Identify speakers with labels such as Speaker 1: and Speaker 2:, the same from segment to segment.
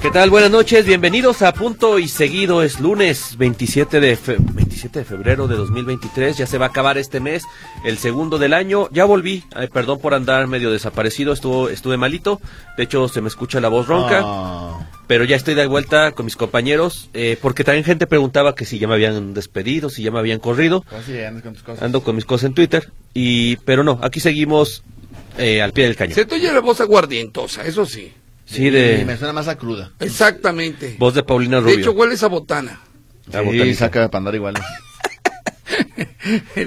Speaker 1: ¿Qué tal? Buenas noches, bienvenidos a Punto y Seguido. Es lunes 27 de, fe- 27 de febrero de 2023, ya se va a acabar este mes, el segundo del año. Ya volví, Ay, perdón por andar medio desaparecido, estuvo, estuve malito, de hecho se me escucha la voz ronca,
Speaker 2: Ah.
Speaker 3: Ah.
Speaker 1: pero ya estoy de vuelta con mis compañeros, eh, porque también gente preguntaba que si ya me habían despedido, si ya me habían corrido.
Speaker 3: Así andas con tus cosas.
Speaker 1: Ando con mis cosas en Twitter, y pero no, aquí seguimos eh, al pie del cañón.
Speaker 2: Se te oye la voz aguardientosa, eso sí.
Speaker 1: Sí,
Speaker 3: Y me
Speaker 1: de
Speaker 3: suena más a cruda.
Speaker 2: Exactamente.
Speaker 1: voz de Paulina
Speaker 2: De hecho,
Speaker 1: Rubio.
Speaker 2: hueles a botana.
Speaker 1: La
Speaker 3: Y
Speaker 1: botánica.
Speaker 3: saca para andar igual.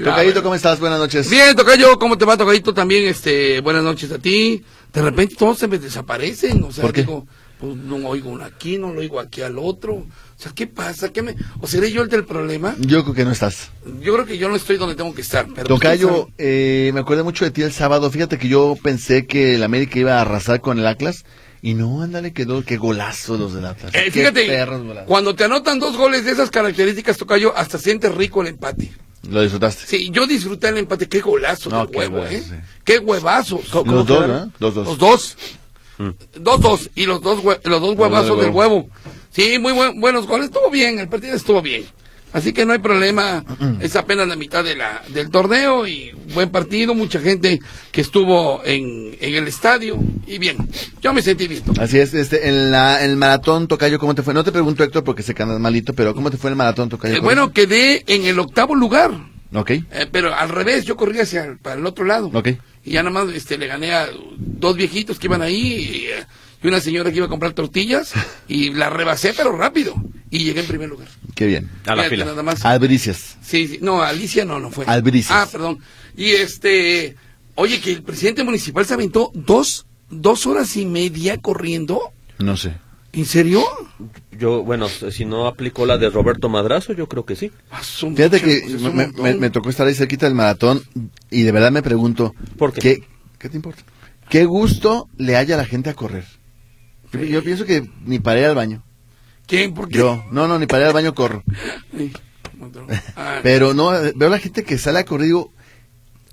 Speaker 3: Tocadito, ¿cómo estás? Buenas noches.
Speaker 2: Ah, Bien, Tocayo, ¿cómo te va, Tocadito? También, este, buenas noches a ti. De repente todos se me desaparecen, o sea,
Speaker 3: ¿Por qué?
Speaker 2: digo, pues no oigo uno aquí, no lo oigo aquí al otro. O sea, ¿qué pasa? ¿Qué me... ¿O seré yo el del problema?
Speaker 3: Yo creo que no estás.
Speaker 2: Yo creo que yo no estoy donde tengo que estar. Pero
Speaker 3: Tocayo,
Speaker 2: ¿quién
Speaker 3: eh, me acuerdo mucho de ti el sábado. Fíjate que yo pensé que el América iba a arrasar con el Atlas. Y no, ándale, quedó. Qué golazo los del Atlas.
Speaker 2: sabe? Eh,
Speaker 3: Qué
Speaker 2: fíjate,
Speaker 3: perros golazo.
Speaker 2: cuando te anotan dos goles de esas características, Tocayo, hasta sientes rico el empate.
Speaker 3: Lo disfrutaste.
Speaker 2: Sí, yo disfruté el empate. Qué golazo
Speaker 3: No,
Speaker 2: de
Speaker 3: qué
Speaker 2: huevo,
Speaker 3: golazo,
Speaker 2: ¿eh?
Speaker 3: sí.
Speaker 2: Qué huevazos.
Speaker 3: Los dos, ¿eh? Los dos.
Speaker 2: Los dos. Dos, dos. Y los dos, hue- los dos huevazos
Speaker 3: Mm. del
Speaker 2: del
Speaker 3: huevo.
Speaker 2: huevo. Sí, muy buen- buenos goles. Estuvo bien, el partido estuvo bien. Así que no hay problema. Es apenas la mitad de la, del torneo y buen partido. Mucha gente que estuvo en, en el estadio. Y bien, yo me sentí listo.
Speaker 3: Así es, este, en la, el maratón, Tocayo, ¿cómo te fue? No te pregunto, Héctor, porque se andas malito, pero ¿cómo te fue el maratón, Tocayo?
Speaker 2: Eh, bueno, quedé en el octavo lugar.
Speaker 3: Ok.
Speaker 2: Eh, pero al revés, yo corrí hacia el, para el otro lado.
Speaker 3: Ok.
Speaker 2: Y ya nada más este, le gané a dos viejitos que iban ahí y, eh, y una señora que iba a comprar tortillas y la rebasé, pero rápido. Y llegué en primer lugar.
Speaker 3: Qué bien.
Speaker 1: A la
Speaker 2: Fíjate
Speaker 1: fila.
Speaker 2: Nada más.
Speaker 3: Albricias.
Speaker 2: Sí, sí. No, Alicia no, no fue.
Speaker 3: Albricias.
Speaker 2: Ah, perdón. Y este, oye, que el presidente municipal se aventó dos, dos horas y media corriendo.
Speaker 3: No sé.
Speaker 2: ¿En serio?
Speaker 1: Yo, bueno, si no aplicó la de Roberto Madrazo, yo creo que sí.
Speaker 2: Ah, su
Speaker 3: Fíjate
Speaker 2: mucha-
Speaker 3: que
Speaker 2: pues es
Speaker 3: me,
Speaker 2: un
Speaker 3: me-
Speaker 2: montón.
Speaker 3: me- me tocó estar ahí cerquita del maratón y de verdad me pregunto,
Speaker 1: ¿Por qué?
Speaker 3: ¿Qué te importa? ¿Qué gusto le haya a la gente a correr? Yo, yo pienso que ni para ir al baño.
Speaker 2: ¿Quién? ¿Por qué?
Speaker 3: Yo, no, no, ni para ir al baño corro.
Speaker 2: Sí, un montón. Ah.
Speaker 3: Pero no, eh, veo a la gente que sale a correr y digo,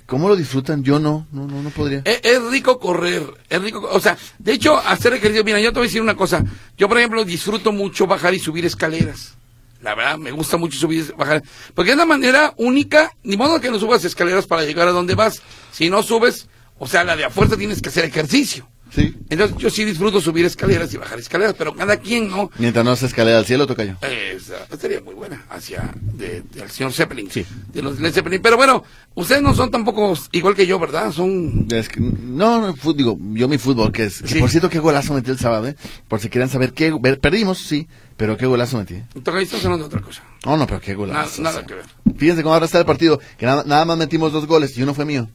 Speaker 3: ¿cómo lo disfrutan? Yo no, no, no, no podría.
Speaker 2: Es, es rico correr, es rico, o sea, de hecho, hacer ejercicio, mira, yo te voy a decir una cosa, yo por ejemplo disfruto mucho bajar y subir escaleras, la verdad, me gusta mucho subir, bajar, porque es la manera única, ni modo que no subas escaleras para llegar a donde vas, si no subes, o sea, la de a fuerza tienes que hacer ejercicio,
Speaker 3: Sí.
Speaker 2: entonces yo sí disfruto subir escaleras y bajar escaleras, pero cada quien, ¿no?
Speaker 3: Mientras no se escalera al cielo, toca yo.
Speaker 2: Eh. Esa, sería muy buena hacia de, del señor Zeppelin, de los Led Zeppelin, pero bueno, ustedes no son tampoco igual que yo, ¿verdad? Son
Speaker 3: Es que- no, no, fu- digo, yo mi fútbol, que es. que
Speaker 2: Sí.
Speaker 3: Por cierto, qué golazo metí el sábado, ¿eh? Por si quieren saber qué. ver- Perdimos, sí, pero qué golazo metí. ¿eh?
Speaker 2: Entonces, estamos hablando de otra cosa.
Speaker 3: No, no, pero qué
Speaker 2: Nada,
Speaker 3: golazo. o
Speaker 2: nada
Speaker 3: sea.
Speaker 2: que ver.
Speaker 3: Fíjense cómo habrá estado el partido, que nada, nada más metimos dos goles y uno fue mío.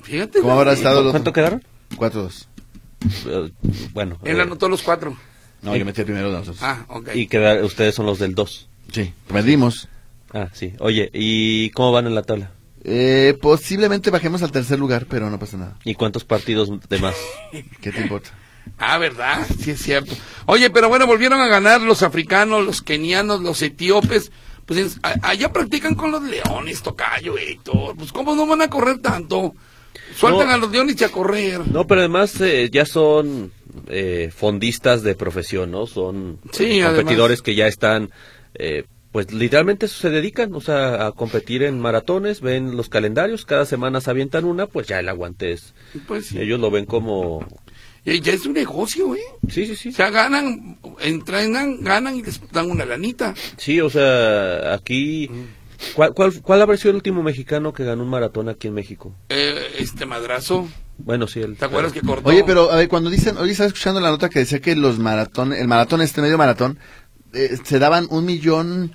Speaker 2: Fíjate.
Speaker 3: ¿Cómo habrá
Speaker 2: güey.
Speaker 3: estado el
Speaker 1: ¿Cuánto
Speaker 3: otro?
Speaker 1: quedaron?
Speaker 3: 4-2.
Speaker 1: Eh, bueno.
Speaker 2: Él
Speaker 1: eh,
Speaker 2: anotó los cuatro.
Speaker 3: No, yo metí el primero de nosotros.
Speaker 2: Ah, ok.
Speaker 1: y queda- ustedes son los del 2.
Speaker 3: Sí, perdimos.
Speaker 1: Ah, sí. Oye, ¿y cómo van en la tabla?
Speaker 3: Eh, posiblemente bajemos al tercer lugar, pero no pasa nada.
Speaker 1: ¿Y cuántos partidos de más?
Speaker 3: ¿Qué te importa?
Speaker 2: Ah, ¿verdad? Sí, es cierto. Oye, pero bueno, volvieron a ganar los africanos, los kenianos, los etíopes. Pues es- a- allá practican con los leones, Tocayo, Héctor. Pues cómo no van a correr tanto. Sueltan
Speaker 1: No.
Speaker 2: a los leones y a correr.
Speaker 1: No, pero además eh, ya son eh, fondistas de profesión, ¿no? Son
Speaker 2: Sí,
Speaker 1: competidores
Speaker 2: además.
Speaker 1: que ya están, eh, pues literalmente se dedican, o sea, a competir en maratones, ven los calendarios, cada semana se avientan una, pues ya el aguante es.
Speaker 2: Pues sí.
Speaker 1: Ellos lo ven como...
Speaker 2: Eh, Ya es un negocio, ¿eh?
Speaker 1: Sí, sí, sí.
Speaker 2: O sea, ganan, entrenan, ganan y les dan una lanita.
Speaker 1: Sí, o sea, aquí...
Speaker 2: Mm.
Speaker 1: ¿Cuál, cuál, cuál habrá sido el último mexicano que ganó un maratón aquí en México?
Speaker 2: Eh, este madrazo,
Speaker 1: Bueno, sí, el...
Speaker 2: ¿te acuerdas que cortó?
Speaker 3: Oye, pero a ver, cuando dicen, hoy estaba escuchando la nota que decía que los maratón, el maratón, este medio maratón, eh, se daban un millón,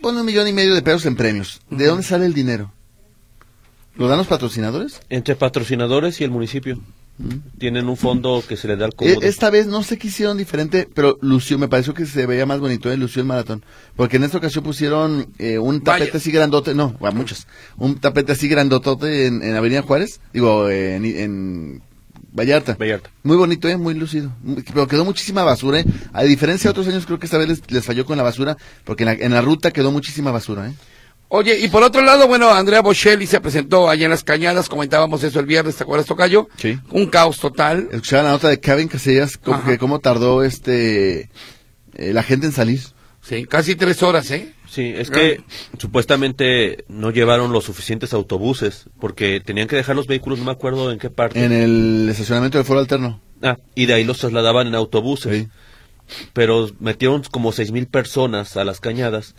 Speaker 3: pone un millón y medio de pesos en premios. ¿De dónde sale el dinero? ¿Lo dan los patrocinadores?
Speaker 1: Entre patrocinadores y el municipio. Tienen un fondo que se le da al
Speaker 3: E-
Speaker 1: cómodo.
Speaker 3: Mm. Esta vez no sé qué hicieron diferente, pero lució, me pareció que se veía más bonito, eh, lució el maratón. Porque en esta ocasión pusieron eh, un tapete
Speaker 2: Vallas.
Speaker 3: así grandote, no, a muchos, un tapete así grandotote en, en Avenida Juárez, digo, eh, en, en Vallarta.
Speaker 1: Vallarta.
Speaker 3: Muy bonito, eh, muy lucido. Muy- Pero quedó muchísima basura, eh. A diferencia de otros años, creo que esta vez les, les falló con la basura, porque en la, en la ruta quedó muchísima basura, eh.
Speaker 2: Oye, y por otro lado, bueno, Andrea Bocelli se presentó allá en Las Cañadas, comentábamos eso el viernes, ¿te acuerdas, Tocayo?
Speaker 3: Sí.
Speaker 2: Un caos total.
Speaker 3: Escuchaba la nota de Kevin Casillas, como
Speaker 2: Ajá.
Speaker 3: que cómo tardó este, eh, la gente en salir.
Speaker 2: Sí, casi tres horas, ¿eh?
Speaker 1: Sí, es que
Speaker 2: Ah.
Speaker 1: supuestamente no llevaron los suficientes autobuses porque tenían que dejar los vehículos, no me acuerdo en qué parte.
Speaker 3: En el estacionamiento del Foro Alterno.
Speaker 1: Ah, y de ahí los trasladaban en autobuses.
Speaker 3: Sí.
Speaker 1: Pero metieron como seis mil personas a las cañadas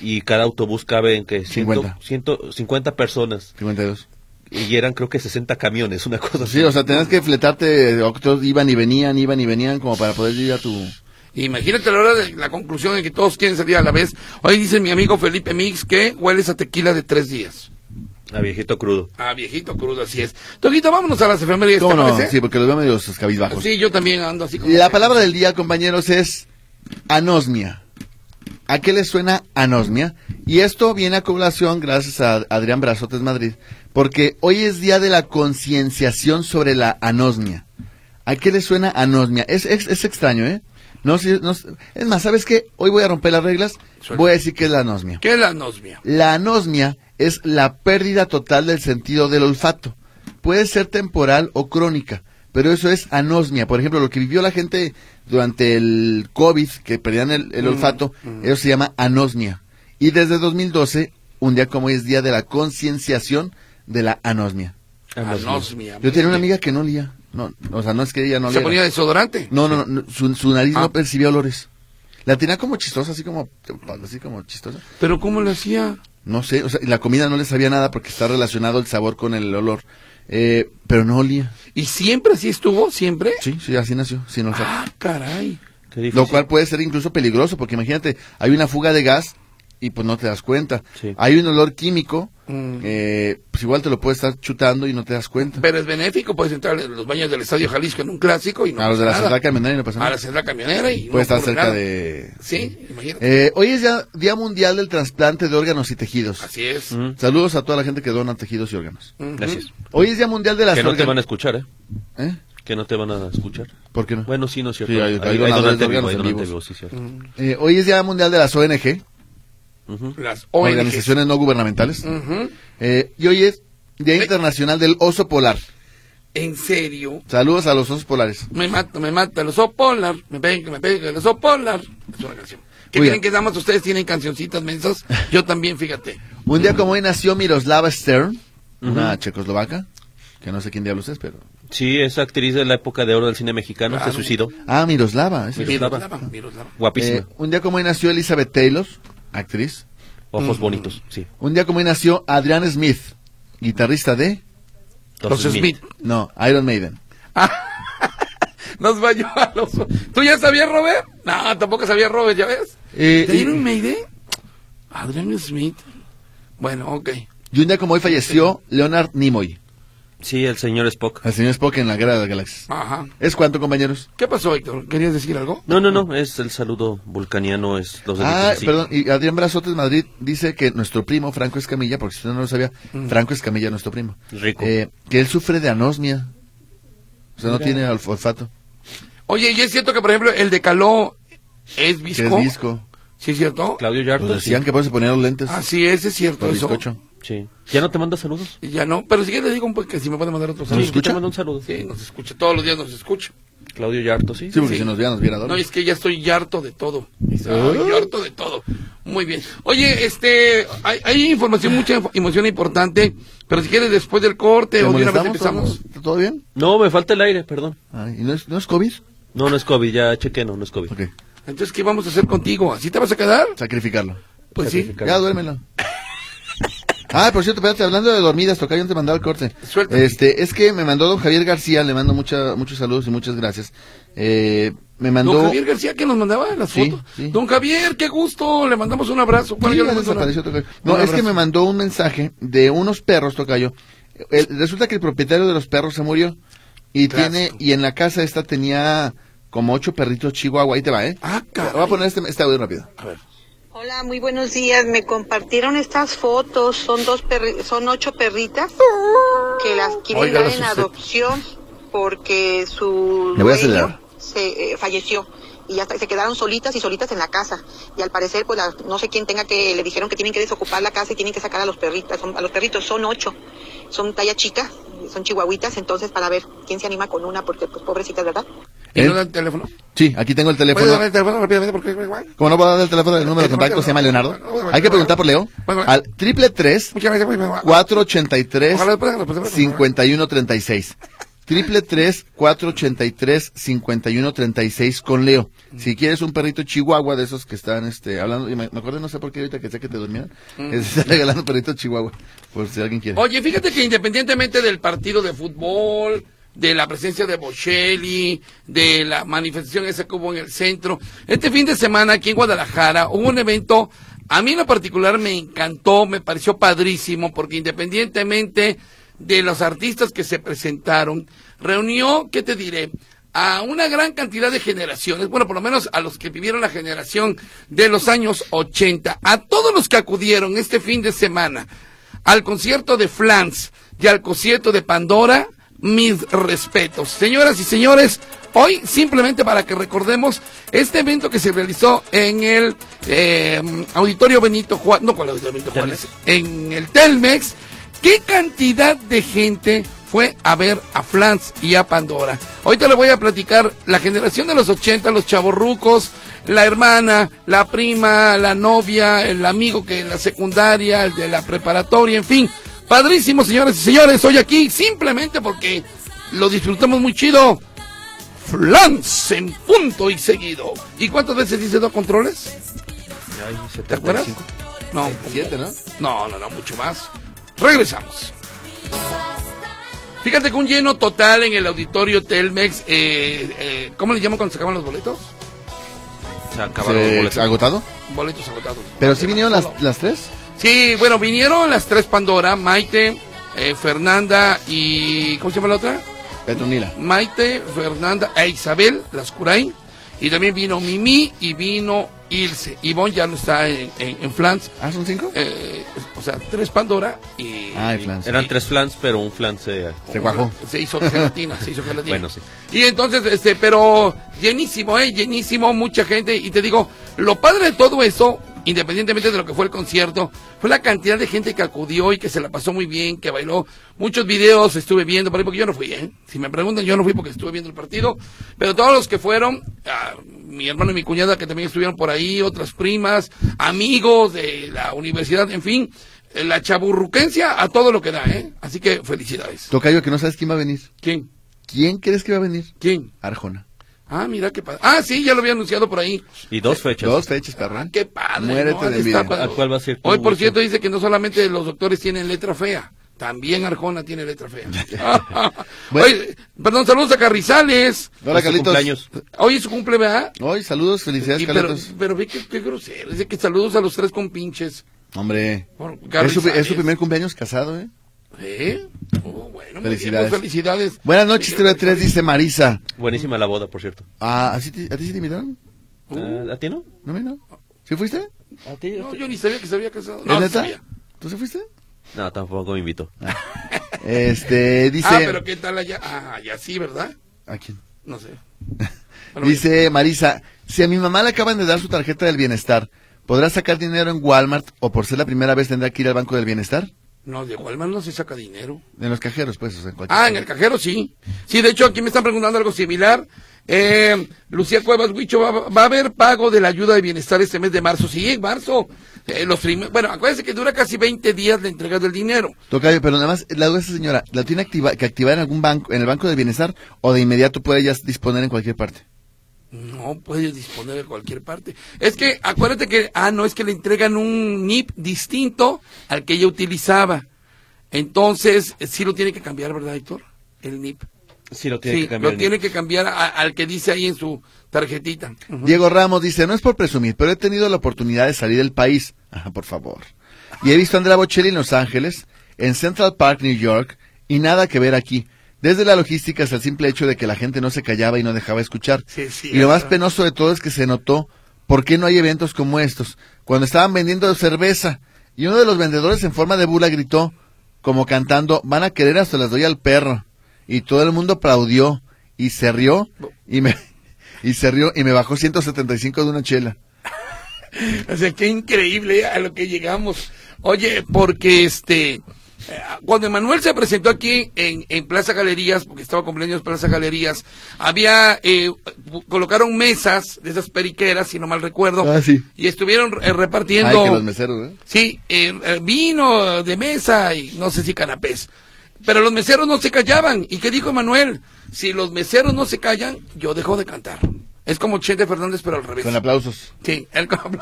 Speaker 1: y cada autobús cabe en que ciento,
Speaker 3: 50.
Speaker 1: ciento, 50 personas
Speaker 3: 52.
Speaker 1: y eran creo que 60 camiones, una cosa
Speaker 3: Pues Sí, o sea, tenías que fletarte, otros iban y venían, iban y venían, como para poder ir a tu...
Speaker 2: Imagínate la hora de la conclusión de que todos quieren salir a la vez. Hoy dice mi amigo Felipe Mix que hueles a tequila de tres días.
Speaker 1: a viejito crudo.
Speaker 2: Ah, viejito crudo, así es. Toquito, vámonos a las efemérides.
Speaker 3: ¿Cómo
Speaker 2: ¿te
Speaker 3: no?
Speaker 2: parece?
Speaker 3: Sí, porque los veo medio cabizbajos.
Speaker 2: Sí, yo también ando así como...
Speaker 3: La palabra del día, compañeros, es anosmia. ¿A qué le suena anosmia? Y esto viene a colación gracias a Adrián Brazotes Madrid, porque hoy es día de la concienciación sobre la anosmia. ¿A qué le suena anosmia? Es, es, es extraño, ¿eh? No, sé- no sé- es más, ¿sabes qué? Hoy voy a romper las reglas,
Speaker 2: Suelta.
Speaker 3: voy a decir que es la anosmia.
Speaker 2: ¿Qué es la anosmia?
Speaker 3: La anosmia es la pérdida total del sentido del olfato. Puede ser temporal o crónica, pero eso es anosmia. Por ejemplo, lo que vivió la gente durante el COVID, que perdían el, el olfato, eso se llama anosmia. Y desde 2012, un día como hoy es día de la concienciación de la anosmia.
Speaker 1: Ah,
Speaker 2: Anosmia.
Speaker 3: Yo tenía una amiga que no olía. No, o sea, no es que ella no
Speaker 2: ¿Se
Speaker 3: olía.
Speaker 2: ponía desodorante?
Speaker 3: No, no, no, su, su nariz
Speaker 2: Ah.
Speaker 3: no percibía olores. La tenía como chistosa, así como, así como chistosa.
Speaker 2: ¿Pero cómo lo hacía?
Speaker 3: No sé, o sea, y la comida no le sabía nada porque está relacionado el sabor con el olor. Eh, pero no olía.
Speaker 2: ¿Y siempre así estuvo? ¿Siempre?
Speaker 3: Sí, sí, así nació, sin olfato.
Speaker 2: Ah, caray.
Speaker 1: Qué difícil.
Speaker 3: Lo cual puede ser incluso peligroso porque imagínate, hay una fuga de gas y pues no te das cuenta.
Speaker 1: Sí.
Speaker 3: Hay un olor químico,
Speaker 2: Mm.
Speaker 3: eh, pues igual te lo puedes estar chutando y no te das cuenta.
Speaker 2: Pero es benéfico, puedes entrar en los baños del Estadio Jalisco en un clásico y no
Speaker 3: a los de la
Speaker 2: pasa
Speaker 3: ciudad
Speaker 2: nada.
Speaker 3: camionera y no pasa
Speaker 2: A
Speaker 3: nada.
Speaker 2: la central camionera y no
Speaker 3: Puede estar
Speaker 2: ocurre
Speaker 3: cerca
Speaker 2: nada.
Speaker 3: de...
Speaker 2: Sí, imagínate.
Speaker 3: Eh, hoy es ya Día Mundial del Trasplante de Órganos y Tejidos.
Speaker 2: Así es.
Speaker 1: Mm.
Speaker 3: Saludos a toda la gente que dona tejidos y órganos.
Speaker 2: Ujú.
Speaker 1: Gracias.
Speaker 3: Hoy es Día Mundial de las
Speaker 1: Que no te
Speaker 3: organ-
Speaker 1: van a escuchar, ¿eh?
Speaker 3: ¿Eh?
Speaker 1: Que no te van a escuchar.
Speaker 3: ¿Por qué no?
Speaker 1: Bueno, sí, no es cierto.
Speaker 3: Sí, hay- hay
Speaker 1: hay
Speaker 3: donadores de
Speaker 1: donante vivo,
Speaker 3: órganos
Speaker 1: hay
Speaker 3: en
Speaker 1: donante
Speaker 3: vivos.
Speaker 1: vivo, sí, cierto.
Speaker 3: Eh, hoy es Día Mundial de las ONG,
Speaker 1: Ujú.
Speaker 2: Las ONGs.
Speaker 3: Organizaciones No Gubernamentales.
Speaker 2: Ujú.
Speaker 3: Eh, y hoy es Día
Speaker 2: Mm. Sí.
Speaker 3: Internacional del Oso Polar.
Speaker 2: En serio.
Speaker 3: Saludos a los osos polares.
Speaker 2: Me mata, me mata el oso polar. Me pega, me pega el oso polar. Es una canción. ¿Qué
Speaker 3: Muy bien.
Speaker 2: creen que damas ustedes tienen cancioncitas mensas? Yo también, fíjate.
Speaker 3: Un día como hoy nació Miroslava Stern, una checoslovaca, que no sé quién diablos es, pero...
Speaker 1: Sí, es actriz de la época de oro del cine mexicano, este
Speaker 2: Claro.
Speaker 1: se suicidó.
Speaker 3: Ah, Miroslava. ese.
Speaker 1: Miroslava.
Speaker 2: Miroslava, Miroslava.
Speaker 1: Guapísima.
Speaker 3: Eh, un día como hoy nació Elizabeth Taylor, actriz. mm.
Speaker 1: Ojos bonitos, sí.
Speaker 3: Un día como hoy nació Adrian Smith, guitarrista de...
Speaker 2: Los Smith.
Speaker 3: No, Iron Maiden.
Speaker 2: Nos va a llevar los... ¿Tú ya sabías, Robert? No, tampoco sabía Robert, ¿ya ves?
Speaker 3: Eh,
Speaker 2: ¿De
Speaker 3: y-
Speaker 2: Iron Maiden? Adrian Smith. Bueno, ok.
Speaker 3: y un día como hoy falleció Leonard Nimoy,
Speaker 1: Sí, el señor Spock.
Speaker 3: el señor Spock en la Guerra de las Galaxias.
Speaker 2: Ajá.
Speaker 3: ¿Es cuánto, compañeros?
Speaker 2: ¿Qué pasó, Héctor? ¿Querías decir algo?
Speaker 1: No, no, no, es el saludo vulcaniano, es los de
Speaker 3: Ah,
Speaker 1: Mississippi.
Speaker 3: perdón, y Adrián Brazotes Madrid dice que nuestro primo, Franco Escamilla, porque si no, no lo sabía,
Speaker 2: Mm.
Speaker 3: Franco Escamilla, nuestro primo,
Speaker 1: Rico.
Speaker 3: eh, que él sufre de anosmia, o sea, no tiene olf- olfato,
Speaker 2: Oye, ¿y es cierto que, por ejemplo, el de Caló es
Speaker 3: que
Speaker 2: bizco?
Speaker 3: es disco.
Speaker 2: ¿Sí es cierto?
Speaker 1: Claudio
Speaker 3: Pues
Speaker 1: Yarto.
Speaker 3: decían que por eso se ponían los lentes,
Speaker 2: Así es, es cierto
Speaker 3: por
Speaker 2: Ah, eso.
Speaker 3: bizcocho.
Speaker 1: sí. ¿Ya no te manda saludos?
Speaker 2: Y Ya no, pero sí que le digo un po- que si me puede mandar otro
Speaker 1: Sí,
Speaker 2: saludo.
Speaker 1: Te mando un saludo.
Speaker 2: Sí, nos escucha, todos los días nos escucha.
Speaker 1: Claudio Yarto, sí.
Speaker 3: Sí, porque
Speaker 2: Sí.
Speaker 3: si nos vieran, nos vieran.
Speaker 2: No, es que ya estoy harto de todo. Estoy
Speaker 3: ¿Eh?
Speaker 2: harto de todo. Muy bien. Oye, este, hay, hay información, mucha info- información importante, pero si quieres después del corte
Speaker 3: ¿Te
Speaker 2: o de una vez
Speaker 3: molestamos?
Speaker 2: empezamos.
Speaker 3: ¿Todo- ¿Todo bien?
Speaker 1: No, me falta el aire, perdón.
Speaker 3: Ay, ¿Y no es, no es COVID?
Speaker 1: No, no es COVID, ya chequé, no, no es COVID.
Speaker 3: Ok,
Speaker 2: Entonces, ¿qué vamos a hacer contigo? ¿Así te vas a quedar?
Speaker 3: sacrificarlo.
Speaker 2: Pues sí.
Speaker 1: Sacrificar.
Speaker 3: Ya, duérmelo. Ah, por cierto, espérate, hablando de dormidas, toca, yo no te mandaba el corte.
Speaker 2: Suelta.
Speaker 3: Este, es que me mandó don Javier García, le mando mucha, muchos saludos y muchas gracias. Eh, me mandó...
Speaker 2: Don Javier García que nos mandaba las
Speaker 3: Sí,
Speaker 2: fotos.
Speaker 3: sí.
Speaker 2: Don Javier, qué gusto. Le mandamos un abrazo. Bueno,
Speaker 3: Sí,
Speaker 2: yo le
Speaker 3: ya
Speaker 2: mando una-
Speaker 3: desapareció, Tocayo. No,
Speaker 2: un
Speaker 3: es que
Speaker 2: abrazo.
Speaker 3: me mandó un mensaje de unos perros, Tocayo. El- resulta que el propietario de los perros se murió. Y
Speaker 2: Clásico.
Speaker 3: tiene, y en la casa esta tenía como ocho perritos chihuahua, ahí te va, ¿eh?
Speaker 2: Ah,
Speaker 3: Voy a
Speaker 2: caray.
Speaker 3: poner este, este audio rápido.
Speaker 2: A ver.
Speaker 4: Hola, muy buenos días. Me compartieron estas fotos. Son dos perri- son ocho perritas que las quieren
Speaker 2: Óigalas
Speaker 4: dar en
Speaker 2: usted.
Speaker 4: adopción porque su
Speaker 3: Le voy a
Speaker 4: dueño
Speaker 3: acelerar.
Speaker 4: se eh, falleció y ya está- se quedaron solitas y solitas en la casa. Y al parecer, pues la- no sé quién tenga que le dijeron que tienen que desocupar la casa y tienen que sacar a los perritas, son- a los perritos. Son ocho, son talla chica, son chihuahuitas. Entonces para ver quién se anima con una porque pues pobrecitas, ¿verdad?
Speaker 2: ¿Y
Speaker 3: ¿Eh?
Speaker 2: no da el teléfono?
Speaker 3: Sí, aquí tengo el
Speaker 2: ¿Puedes
Speaker 3: teléfono.
Speaker 2: dar el teléfono rápidamente? Porque...
Speaker 3: Como no puedo dar el teléfono del número
Speaker 2: Eh,
Speaker 3: de contacto, se llama Leonardo. Hay que preguntar por Leo. Al triple tres
Speaker 2: Muchas gracias. muy bien.
Speaker 3: 483
Speaker 2: Ojalá puedan responder.
Speaker 3: 5136. Triple tres cuatro ochenta y tres cincuenta y uno treinta y seis con Leo.
Speaker 2: Mm.
Speaker 3: Si quieres un perrito chihuahua de esos que están este hablando, y me, me acuerdo no sé por qué ahorita que sé que te dormían, está regalando perrito chihuahua, por si alguien quiere.
Speaker 2: Mm. Oye, fíjate que independientemente del partido de fútbol, de la presencia de Bocelli, de la manifestación esa que hubo en el centro, este fin de semana aquí en Guadalajara hubo un evento, a mí en lo particular me encantó, me pareció padrísimo, porque independientemente de los artistas que se presentaron, reunió, ¿qué te diré? a una gran cantidad de generaciones, bueno, por lo menos a los que vivieron la generación de los años 80, a todos los que acudieron este fin de semana al concierto de Flans y al concierto de Pandora, mis respetos. Señoras y señores, hoy simplemente para que recordemos este evento que se realizó en el eh, Auditorio Benito Juárez, no con el Auditorio Benito Juárez, en el Telmex, ¿qué cantidad de gente fue a ver a Flans y a Pandora? Ahorita le voy a platicar la generación de los 80, los chavorrucos, la hermana, la prima, la novia, el amigo que en la secundaria, el de la preparatoria, en fin. Padrísimo, señoras y señores, hoy aquí simplemente porque lo disfrutamos muy chido. Flans en punto y seguido. ¿Y cuántas veces dice dos controles?
Speaker 1: Ay,
Speaker 2: ¿Te acuerdas?
Speaker 1: 75.
Speaker 2: No,
Speaker 3: Siete, ¿no?
Speaker 2: no, no, no, mucho más. Regresamos. Fíjate que un lleno total en el auditorio Telmex. eh, eh, ¿Cómo le llaman cuando se acaban los boletos?
Speaker 1: Se acabaron los
Speaker 3: Se-
Speaker 1: boletos.
Speaker 3: ¿Agotado?
Speaker 2: Boletos agotados.
Speaker 3: Pero sí vinieron las, las tres.
Speaker 2: Sí, bueno, vinieron las tres Pandora, Maite, eh, Fernanda y... ¿Cómo se llama la otra?
Speaker 3: Petronila.
Speaker 2: Mm. Maite, Fernanda e Isabel, las Curay. Y también vino Mimi y vino Ilse. Ivonne ya no está en, en, en Flans.
Speaker 3: ¿Ah, son cinco?
Speaker 2: eh, o sea, tres Pandora y...
Speaker 3: Ay, Flans.
Speaker 1: Eran tres flans, pero un flan se...
Speaker 3: Se cuajó.
Speaker 2: Se hizo gelatina, se hizo gelatina.
Speaker 1: Bueno, sí.
Speaker 2: Y entonces, este, pero llenísimo, ¿eh? Llenísimo, mucha gente. Y te digo, lo padre de todo eso, independientemente de lo que fue el concierto, fue la cantidad de gente que acudió y que se la pasó muy bien, que bailó. Muchos videos estuve viendo por ahí, porque yo no fui, ¿eh? Si me preguntan, yo no fui porque estuve viendo el partido. Pero todos los que fueron, ah, mi hermano y mi cuñada que también estuvieron por ahí, otras primas, amigos de la universidad, en fin. eh, La chaburruquencia a todo lo que da, ¿eh? Así que felicidades.
Speaker 3: Tocayo, que no sabes quién va a venir.
Speaker 2: ¿Quién?
Speaker 3: ¿Quién crees que va a venir?
Speaker 2: ¿Quién?
Speaker 3: Arjona.
Speaker 2: Ah, mira qué padre. Ah, sí, ya lo había anunciado por ahí.
Speaker 1: Y dos fechas.
Speaker 3: Eh, Dos fechas, perrón.
Speaker 2: Qué padre.
Speaker 3: Muérete
Speaker 2: ¿no?
Speaker 3: de
Speaker 2: Ahí está
Speaker 3: envidia.
Speaker 2: cuando-
Speaker 1: ¿A cuál vas a ir tú,
Speaker 2: Hoy, por
Speaker 1: Wilson?
Speaker 2: cierto, dice que no solamente los doctores tienen letra fea, también Arjona tiene letra fea.
Speaker 3: Bueno.
Speaker 2: Oye, perdón, saludos a Carrizales.
Speaker 3: Hola,
Speaker 1: Este Es su
Speaker 3: Carlitos.
Speaker 1: cumpleaños.
Speaker 2: Hoy es su cumple, ¿verdad?
Speaker 3: Hoy, saludos, felicidades,
Speaker 2: Y pero,
Speaker 3: Carlitos.
Speaker 2: pero ve que qué grosero. Dice que saludos a los tres compinches.
Speaker 3: Hombre.
Speaker 2: Por
Speaker 3: Es su,
Speaker 2: Carrizales.
Speaker 3: es su primer cumpleaños casado, ¿eh?
Speaker 2: ¿Eh? Oh, bueno, muy bien,
Speaker 3: Felicidades.
Speaker 2: pues, felicidades.
Speaker 3: Buenas noches, TV 3, dice Marisa.
Speaker 1: Buenísima la boda, por cierto.
Speaker 3: Ah, ¿a, sí te- a ti sí te invitaron?
Speaker 1: Ah, ¿A ti no?
Speaker 3: ¿No, me no? ¿Sí fuiste?
Speaker 1: ¿A ti?
Speaker 2: No, yo ni sabía que se había casado. Ah,
Speaker 3: ¿Es
Speaker 2: No, no
Speaker 3: neta?
Speaker 2: sabía.
Speaker 3: ¿Tú sí fuiste?
Speaker 1: No, tampoco me invitó.
Speaker 3: Este, dice...
Speaker 2: Ah, pero ¿qué tal allá? Ah, ya sí, ¿verdad?
Speaker 3: ¿A quién?
Speaker 2: No sé. Bueno,
Speaker 3: Dice Marisa, si a mi mamá le acaban de dar su tarjeta del bienestar, ¿podrá sacar dinero en Walmart o por ser la primera vez tendrá que ir al Banco del Bienestar?
Speaker 2: No, de Walmart no se saca dinero.
Speaker 3: En los cajeros, pues, o sea, en cualquier...
Speaker 2: Ah, en el cajero sí. Sí, de hecho aquí me están preguntando algo similar. Eh, Lucía Cuevas Huicho, ¿va, va a haber pago de la ayuda de bienestar este mes de marzo? Sí, en marzo. Eh, los prim- bueno, acuérdense que dura casi 20 días la entrega del dinero.
Speaker 3: Tocayo, pero nada más, la duda es, señora, ¿la tiene activa- que activar en algún banco, en el Banco del Bienestar o de inmediato puede ya disponer en cualquier parte?
Speaker 2: No puedes disponer de cualquier parte. Es que acuérdate que, ah, no, es que le entregan un NIP distinto al que ella utilizaba. Entonces, eh, sí lo tiene que cambiar, ¿verdad, Héctor? El NIP.
Speaker 1: Sí, lo tiene
Speaker 2: Sí,
Speaker 1: que cambiar.
Speaker 2: lo tiene que cambiar a- al que dice ahí en su tarjetita. Ujú.
Speaker 3: Diego Ramos dice, no es por presumir, pero he tenido la oportunidad de salir del país. Ajá, por favor. Y he visto a Andrea Bocelli en Los Ángeles, en Central Park, New York, y nada que ver aquí. Desde la logística hasta el simple hecho de que la gente no se callaba y no dejaba escuchar.
Speaker 2: Sí, sí,
Speaker 3: y lo más
Speaker 2: ajá.
Speaker 3: penoso de todo es que se notó por qué no hay eventos como estos. Cuando estaban vendiendo cerveza y uno de los vendedores en forma de burla gritó, como cantando, van a querer hasta las doy al perro. Y todo el mundo aplaudió y se rió y me, y se rió y me bajó 175 de una chela.
Speaker 2: O sea, qué increíble eh, a lo que llegamos. Oye, porque este, eh, cuando Emanuel se presentó aquí en, en Plaza Galerías, porque estaba cumpleaños Plaza Galerías, había, eh, bu- colocaron mesas de esas periqueras, si no mal recuerdo,
Speaker 3: Ah, sí.
Speaker 2: y estuvieron eh, repartiendo...
Speaker 3: Ay, que los meseros, ¿eh?
Speaker 2: Sí, eh, eh, vino de mesa y no sé si canapés. Pero los meseros no se callaban. ¿Y qué dijo Manuel? Si los meseros no se callan, yo dejo de cantar. Es como Chente Fernández, pero al revés.
Speaker 3: Con aplausos.
Speaker 2: Sí, él como-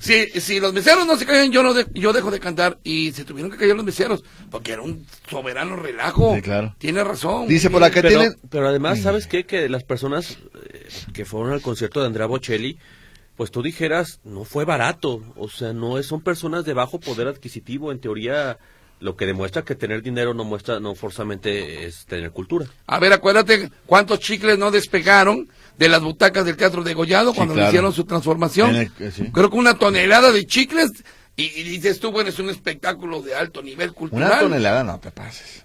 Speaker 2: si, si los meseros no se callan, yo, no de- yo dejo de cantar. Y se tuvieron que callar los meseros, porque era un soberano relajo.
Speaker 3: Sí, claro.
Speaker 2: Tiene razón.
Speaker 3: Dice por acá
Speaker 1: pero,
Speaker 3: tienen... Mm.
Speaker 1: pero además, ¿sabes qué? Que las personas eh, que fueron al concierto de Andrea Bocelli, pues tú dijeras, no fue barato. O sea, no es, son personas de bajo poder adquisitivo. En teoría, lo que demuestra que tener dinero no muestra, no forzamente es tener cultura.
Speaker 2: A ver, acuérdate cuántos chicles no despegaron de las butacas del Teatro de Gollado cuando
Speaker 3: claro.
Speaker 2: hicieron su transformación.
Speaker 3: En el- sí.
Speaker 2: Creo que una tonelada de chicles. Y, y dices tú, bueno, es un espectáculo de alto nivel cultural.
Speaker 3: Una tonelada, no te pases.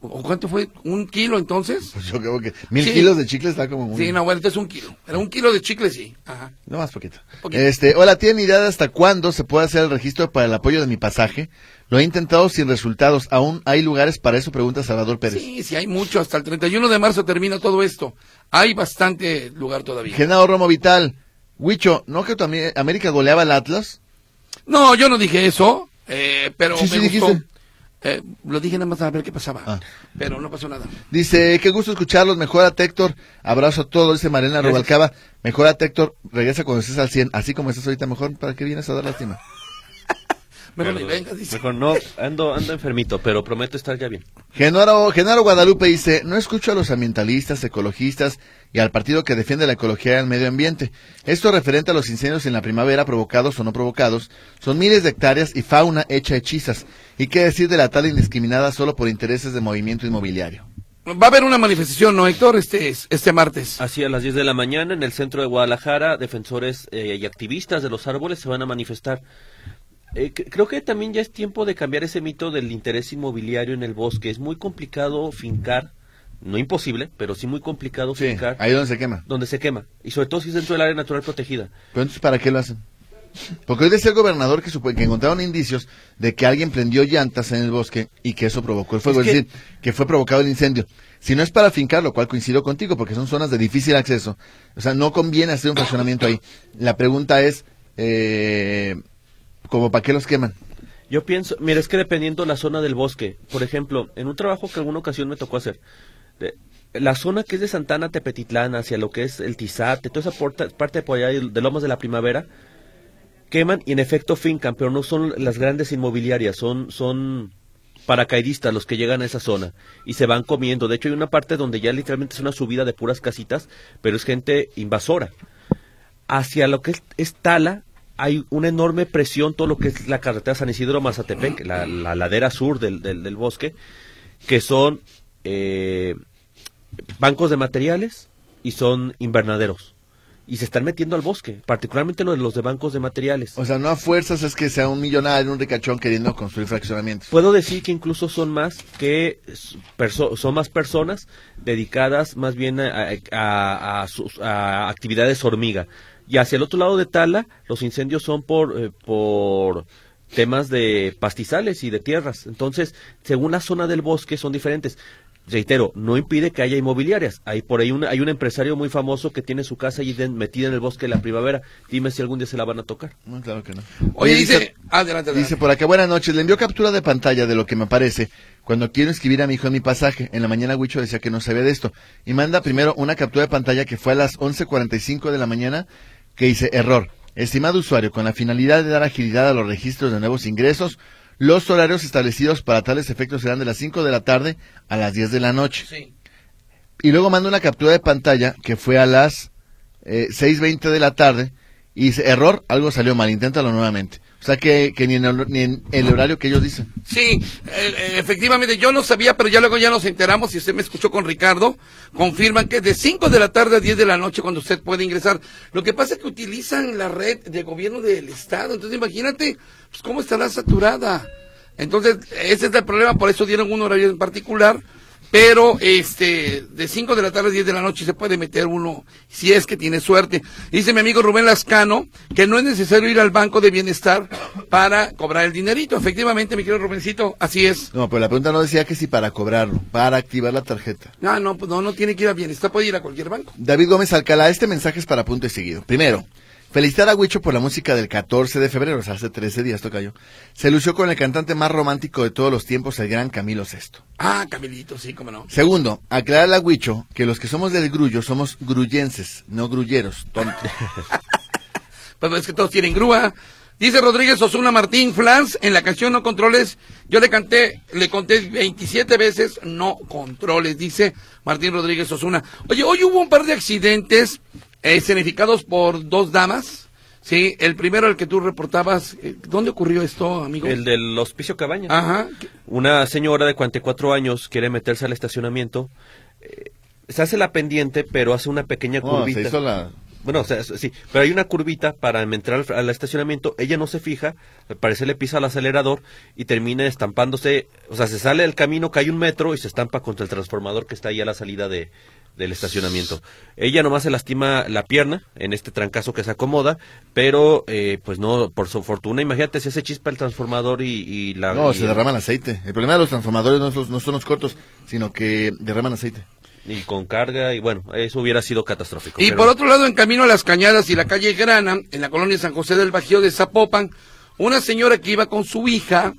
Speaker 2: ¿O cuánto fue? ¿Un kilo entonces?
Speaker 3: Pues yo creo que mil
Speaker 2: Sí.
Speaker 3: kilos de chicle está como muy...
Speaker 2: Sí, no, bueno, entonces un kilo. Era un kilo de chicles, sí. Ajá.
Speaker 3: No más poquito.
Speaker 2: Poquito.
Speaker 3: Este, hola, ¿tienen idea de hasta cuándo se puede hacer el registro para el apoyo de mi pasaje? Lo he intentado sin resultados. ¿Aún hay lugares para eso? Pregunta Salvador Pérez.
Speaker 2: Sí, sí, hay mucho. Hasta el 31 de marzo termina todo esto. Hay bastante lugar todavía.
Speaker 3: Genaro Romo Vital. Huicho, ¿no que tu ami- América goleaba al Atlas?
Speaker 2: No, yo no dije eso, eh, pero
Speaker 3: Sí,
Speaker 2: me
Speaker 3: sí
Speaker 2: gustó.
Speaker 3: dijiste.
Speaker 2: Eh, lo dije nada más a ver qué pasaba.
Speaker 3: Ah.
Speaker 2: Pero no pasó nada.
Speaker 3: Dice, qué gusto escucharlos. Mejora, Héctor. Abrazo a todos. Dice Mariana Rubalcaba. Mejora, Héctor. Regresa cuando estés al 100. Así como estás ahorita, mejor. ¿Para qué vienes a dar lástima?
Speaker 2: Mejor ni vengas, dice.
Speaker 1: Mejor no, ando, ando enfermito, pero prometo estar ya bien.
Speaker 3: Genaro, Genaro Guadalupe dice, no escucho a los ambientalistas, ecologistas y al partido que defiende la ecología y el medio ambiente. Esto referente a los incendios en la primavera provocados o no provocados, son miles de hectáreas y fauna hecha hechizas. ¿Y qué decir de la tal indiscriminada solo por intereses de movimiento inmobiliario?
Speaker 2: Va a haber una manifestación, ¿no, Héctor? Este, este martes.
Speaker 1: Así a las 10 de la mañana en el centro de Guadalajara, defensores eh, y activistas de los árboles se van a manifestar. Eh, cre- creo que también ya es tiempo de cambiar ese mito del interés inmobiliario en el bosque. Es muy complicado fincar, no imposible, pero sí muy complicado
Speaker 3: Sí,
Speaker 1: fincar
Speaker 3: ahí donde se quema.
Speaker 1: donde se quema. Y sobre todo si es dentro del área natural protegida.
Speaker 3: Pero entonces, ¿para qué lo hacen? Porque hoy decía el gobernador que, supo- que encontraron indicios de que alguien prendió llantas en el bosque y que eso provocó el fuego, es,
Speaker 1: que-
Speaker 3: decir, que fue provocado el incendio. Si no es para fincar, lo cual coincido contigo, porque son zonas de difícil acceso, o sea, no conviene hacer un fraccionamiento ahí. La pregunta es, eh, ¿como para qué los queman?
Speaker 1: Yo pienso, mira, es que dependiendo la zona del bosque, por ejemplo, en un trabajo que alguna ocasión me tocó hacer, de- la zona que es de Santana, Tepetitlán, hacia lo que es el Tizate, toda esa porta- parte por allá del- de Lomas de la Primavera, queman y en efecto fincan, pero no son las grandes inmobiliarias, son, son paracaidistas los que llegan a esa zona y se van comiendo. De hecho, hay una parte donde ya literalmente es una subida de puras casitas, pero es gente invasora hacia lo que es, es Tala hay una enorme presión, todo lo que es la carretera San Isidro-Mazatepec, la, la ladera sur del, del- del bosque, que son eh, bancos de materiales y son invernaderos. Y se están metiendo al bosque, particularmente los, los de bancos de materiales.
Speaker 3: O sea, no a fuerzas es que sea un millonario, un ricachón queriendo construir fraccionamientos.
Speaker 1: Puedo decir que incluso son más que s- perso- son más personas dedicadas más bien a, a- a sus- a actividades hormiga. Y hacia el otro lado de Tala, los incendios son por eh, por temas de pastizales y de tierras. Entonces, según la zona del bosque son diferentes. Reitero, no impide que haya inmobiliarias. Hay por ahí un, hay un empresario muy famoso que tiene su casa allí de- metida en el bosque de la primavera. Dime si algún día se la van a tocar.
Speaker 3: No, claro que no.
Speaker 2: Oye,
Speaker 3: Oye,
Speaker 2: dice. Adelante, adelante.
Speaker 3: Dice por acá, buenas noches, le envió captura de pantalla de lo que me parece cuando quiero escribir a mi hijo en mi pasaje. En la mañana Huicho decía que no sabía de esto. Y manda primero una captura de pantalla que fue a las 11.45 de la mañana que dice, error, estimado usuario, con la finalidad de dar agilidad a los registros de nuevos ingresos, los horarios establecidos para tales efectos serán de las 5 de la tarde a las 10 de la noche.
Speaker 2: Sí.
Speaker 3: Y luego manda una captura de pantalla que fue a las eh, 6.20 de la tarde y dice, error, algo salió mal, inténtalo nuevamente. O sea que, que ni, en el, ni en el horario que ellos dicen.
Speaker 2: Sí, eh, eh, efectivamente, yo lo sabía, pero ya luego ya nos enteramos y usted me escuchó con Ricardo. Confirman que es de 5 de la tarde a 10 de la noche cuando usted puede ingresar. Lo que pasa es que utilizan la red de gobierno del Estado. Entonces, imagínate pues, cómo estará saturada. Entonces, ese es el problema. Por eso dieron un horario en particular. Pero este, de 5 de la tarde a 10 de la noche se puede meter uno, si es que tiene suerte. Dice mi amigo Rubén Lascano que no es necesario ir al banco de bienestar para cobrar el dinerito. Efectivamente, mi querido Rubencito, así es.
Speaker 3: No, pero la pregunta no decía que si para cobrarlo, para activar la tarjeta.
Speaker 2: No, no, pues no, no tiene que ir a bienestar, puede ir a cualquier banco.
Speaker 3: David Gómez Alcalá, este mensaje es para punto y seguido. Primero, felicitar a Huicho por la música del 14 de febrero, o sea, hace 13 días toca yo. Se lució con el cantante más romántico de todos los tiempos, el gran Camilo Sesto.
Speaker 2: Ah, Camilito, sí, cómo no.
Speaker 3: Segundo, aclarar a Huicho que los que somos del grullo somos grullenses, no grulleros, tonto.
Speaker 2: Pues es que todos tienen grúa. Dice Rodríguez Osuna Martín Flans, en la canción No Controles, yo le canté, le conté 27 veces No Controles, dice Martín Rodríguez Osuna. Oye, hoy hubo un par de accidentes eh, significados por dos damas. Sí, el primero, el que tú reportabas, eh, ¿dónde ocurrió esto, amigo?
Speaker 1: El del hospicio Cabañas.
Speaker 2: Ajá.
Speaker 1: Una señora de 44 años quiere meterse al estacionamiento. eh, se hace la pendiente, pero hace una pequeña
Speaker 3: No,
Speaker 1: curvita.
Speaker 3: se hizo la...
Speaker 1: Bueno, o sea, sí, pero hay una curvita para entrar al, al estacionamiento, ella no se fija, al parecer le pisa al acelerador y termina estampándose, o sea, se sale del camino, cae un metro y se estampa contra el transformador que está ahí a la salida de, del estacionamiento. Ella nomás se lastima la pierna en este trancazo que se acomoda, pero eh, pues no, por su fortuna, imagínate, si hace chispa el transformador y, y la...
Speaker 3: No,
Speaker 1: y-
Speaker 3: se derrama el aceite. El problema de los transformadores no, es los- no son los cortos, sino que derraman aceite.
Speaker 1: y con carga, y bueno, eso hubiera sido catastrófico.
Speaker 2: Y
Speaker 1: pero-
Speaker 2: por otro lado, en camino a las Cañadas y la calle Grana, en la colonia San José del Bajío de Zapopan, una señora que iba con su hija,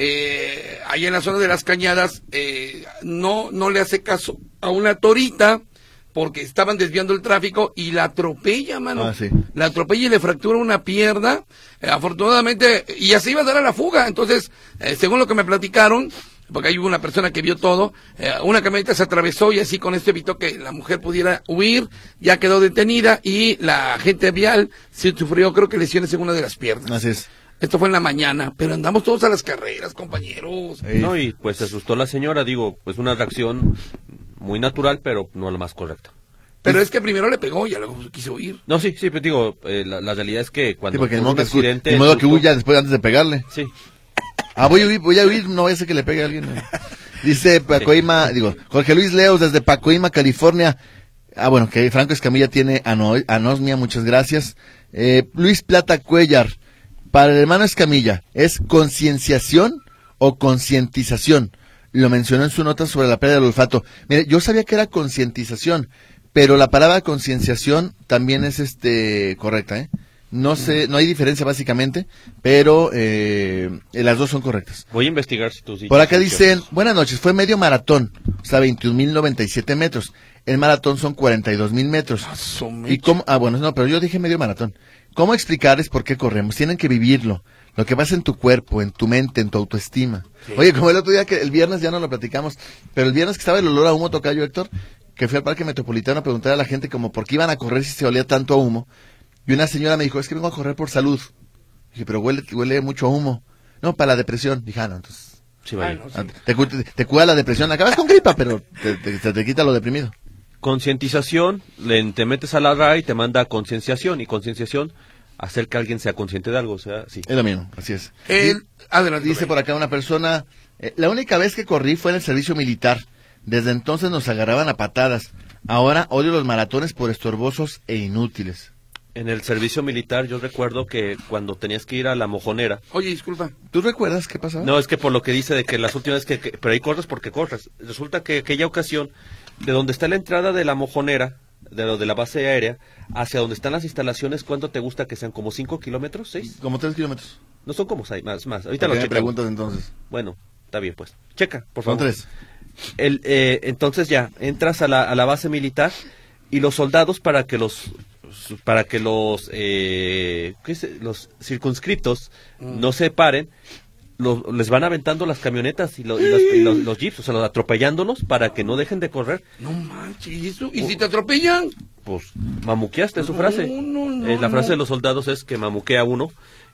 Speaker 2: eh, allá en la zona de las Cañadas, eh, no, no le hace caso a una torita porque estaban desviando el tráfico y la atropella, mano.
Speaker 3: Ah, sí.
Speaker 2: La atropella y le fractura una pierna. eh, afortunadamente, y ya se iba a dar a la fuga. Entonces, eh, según lo que me platicaron, porque ahí hubo una persona que vio todo, eh, una camioneta se atravesó y así con esto evitó que la mujer pudiera huir, ya quedó detenida y la gente vial sí sufrió, creo que lesiones en una de las piernas.
Speaker 3: Así es.
Speaker 2: Esto fue en la mañana, pero andamos todos a las carreras, compañeros.
Speaker 3: Ey.
Speaker 1: No, y pues se asustó la señora, digo, pues una reacción muy natural, pero no la más correcta.
Speaker 2: Pero es que primero le pegó y luego quiso huir.
Speaker 1: No, sí, sí, pero digo, eh, la, la realidad es que
Speaker 3: Sí,
Speaker 1: cuando
Speaker 3: porque el
Speaker 1: ocurre
Speaker 3: modo
Speaker 1: un
Speaker 3: que, escu-
Speaker 1: accidente,
Speaker 3: ni modo que
Speaker 1: justo-
Speaker 3: huya después antes de pegarle.
Speaker 1: Sí,
Speaker 3: Ah, voy a huir, voy a huir, no vaya a ser que le pegue a alguien. ¿no? Dice Pacoima, digo, Jorge Luis Leos desde Pacoima, California. Ah, bueno, que Franco Escamilla tiene ano- anosmia, muchas gracias. Eh, Luis Plata Cuellar, para el hermano Escamilla, ¿es concienciación o concientización? Lo mencionó en su nota sobre la pérdida del olfato. Mire, yo sabía que era concientización, pero la palabra concienciación también es este correcta, ¿eh? No sé, no hay diferencia básicamente, pero eh, las dos son correctas.
Speaker 1: voy a investigar si tú sí.
Speaker 3: Por acá dicen, buenas noches, fue medio maratón, o sea, 21.097 metros. El maratón son 42.000 metros.
Speaker 2: Asome-
Speaker 3: ¿Y cómo? Ah, bueno, no, pero yo dije medio maratón. ¿Cómo explicarles por qué corremos? Tienen que vivirlo. Lo que pasa en tu cuerpo, en tu mente, en tu autoestima. Oye, como el otro día que el viernes ya no lo platicamos, pero el viernes que estaba el olor a humo tocayo Héctor, que fui al parque metropolitano a preguntar a la gente como por qué iban a correr si se olía tanto a humo. Y una señora me dijo, es que vengo a correr por salud. Dije, pero huele, huele mucho a humo. No, para la depresión. Dije, ah, no, entonces
Speaker 1: Sí, vale.
Speaker 2: Ah, no,
Speaker 3: Ah, Te, cu- te- te cura la depresión, acabas con gripa, pero te, te- te- te quita lo deprimido.
Speaker 1: Concientización, le- te metes a la RAI y te manda a concienciación, y concienciación, hacer que alguien sea consciente de algo, o sea, sí.
Speaker 3: Es lo mismo, así es.
Speaker 2: El-
Speaker 3: Di-
Speaker 2: Eh, adelante,
Speaker 3: Dice
Speaker 2: Rubén.
Speaker 3: por acá una persona, eh, la única vez que corrí fue en el servicio militar. Desde entonces nos agarraban a patadas. Ahora odio los maratones por estorbosos e inútiles.
Speaker 1: En el servicio militar yo recuerdo que cuando tenías que ir a la mojonera,
Speaker 2: Oye, disculpa.
Speaker 3: ¿Tú recuerdas qué pasaba?
Speaker 1: No, es que por lo que dice de que las últimas que, que- pero ahí corres porque corres. Resulta que aquella ocasión, de donde está la entrada de la mojonera, de lo de la base aérea, hacia donde están las instalaciones, ¿cuánto te gusta que sean? ¿Como 5 kilómetros? ¿6?
Speaker 3: Como tres kilómetros.
Speaker 1: No son como 6, más, más. Ahorita
Speaker 3: ¿Por
Speaker 1: lo
Speaker 3: qué me
Speaker 1: checo.
Speaker 3: preguntas entonces?
Speaker 1: Bueno, está bien pues. Checa, por
Speaker 3: Son
Speaker 1: favor.
Speaker 3: tres.
Speaker 1: El, eh, entonces ya, entras a la, a la base militar y los soldados para que los para que los eh, ¿qué se- los circunscriptos
Speaker 2: Mm.
Speaker 1: no se paren lo- les van aventando las camionetas y, lo- y las- y los, los jeeps, o sea, los atropellándolos para que no dejen de correr.
Speaker 2: No manches, ¿y eso?
Speaker 3: Oh.
Speaker 2: ¿Y si te atropellan?
Speaker 1: Pues mamuqueaste es su
Speaker 2: No,
Speaker 1: frase.
Speaker 2: no, no,
Speaker 1: Eh, la frase
Speaker 2: no.
Speaker 1: de los soldados es que mamuquea uno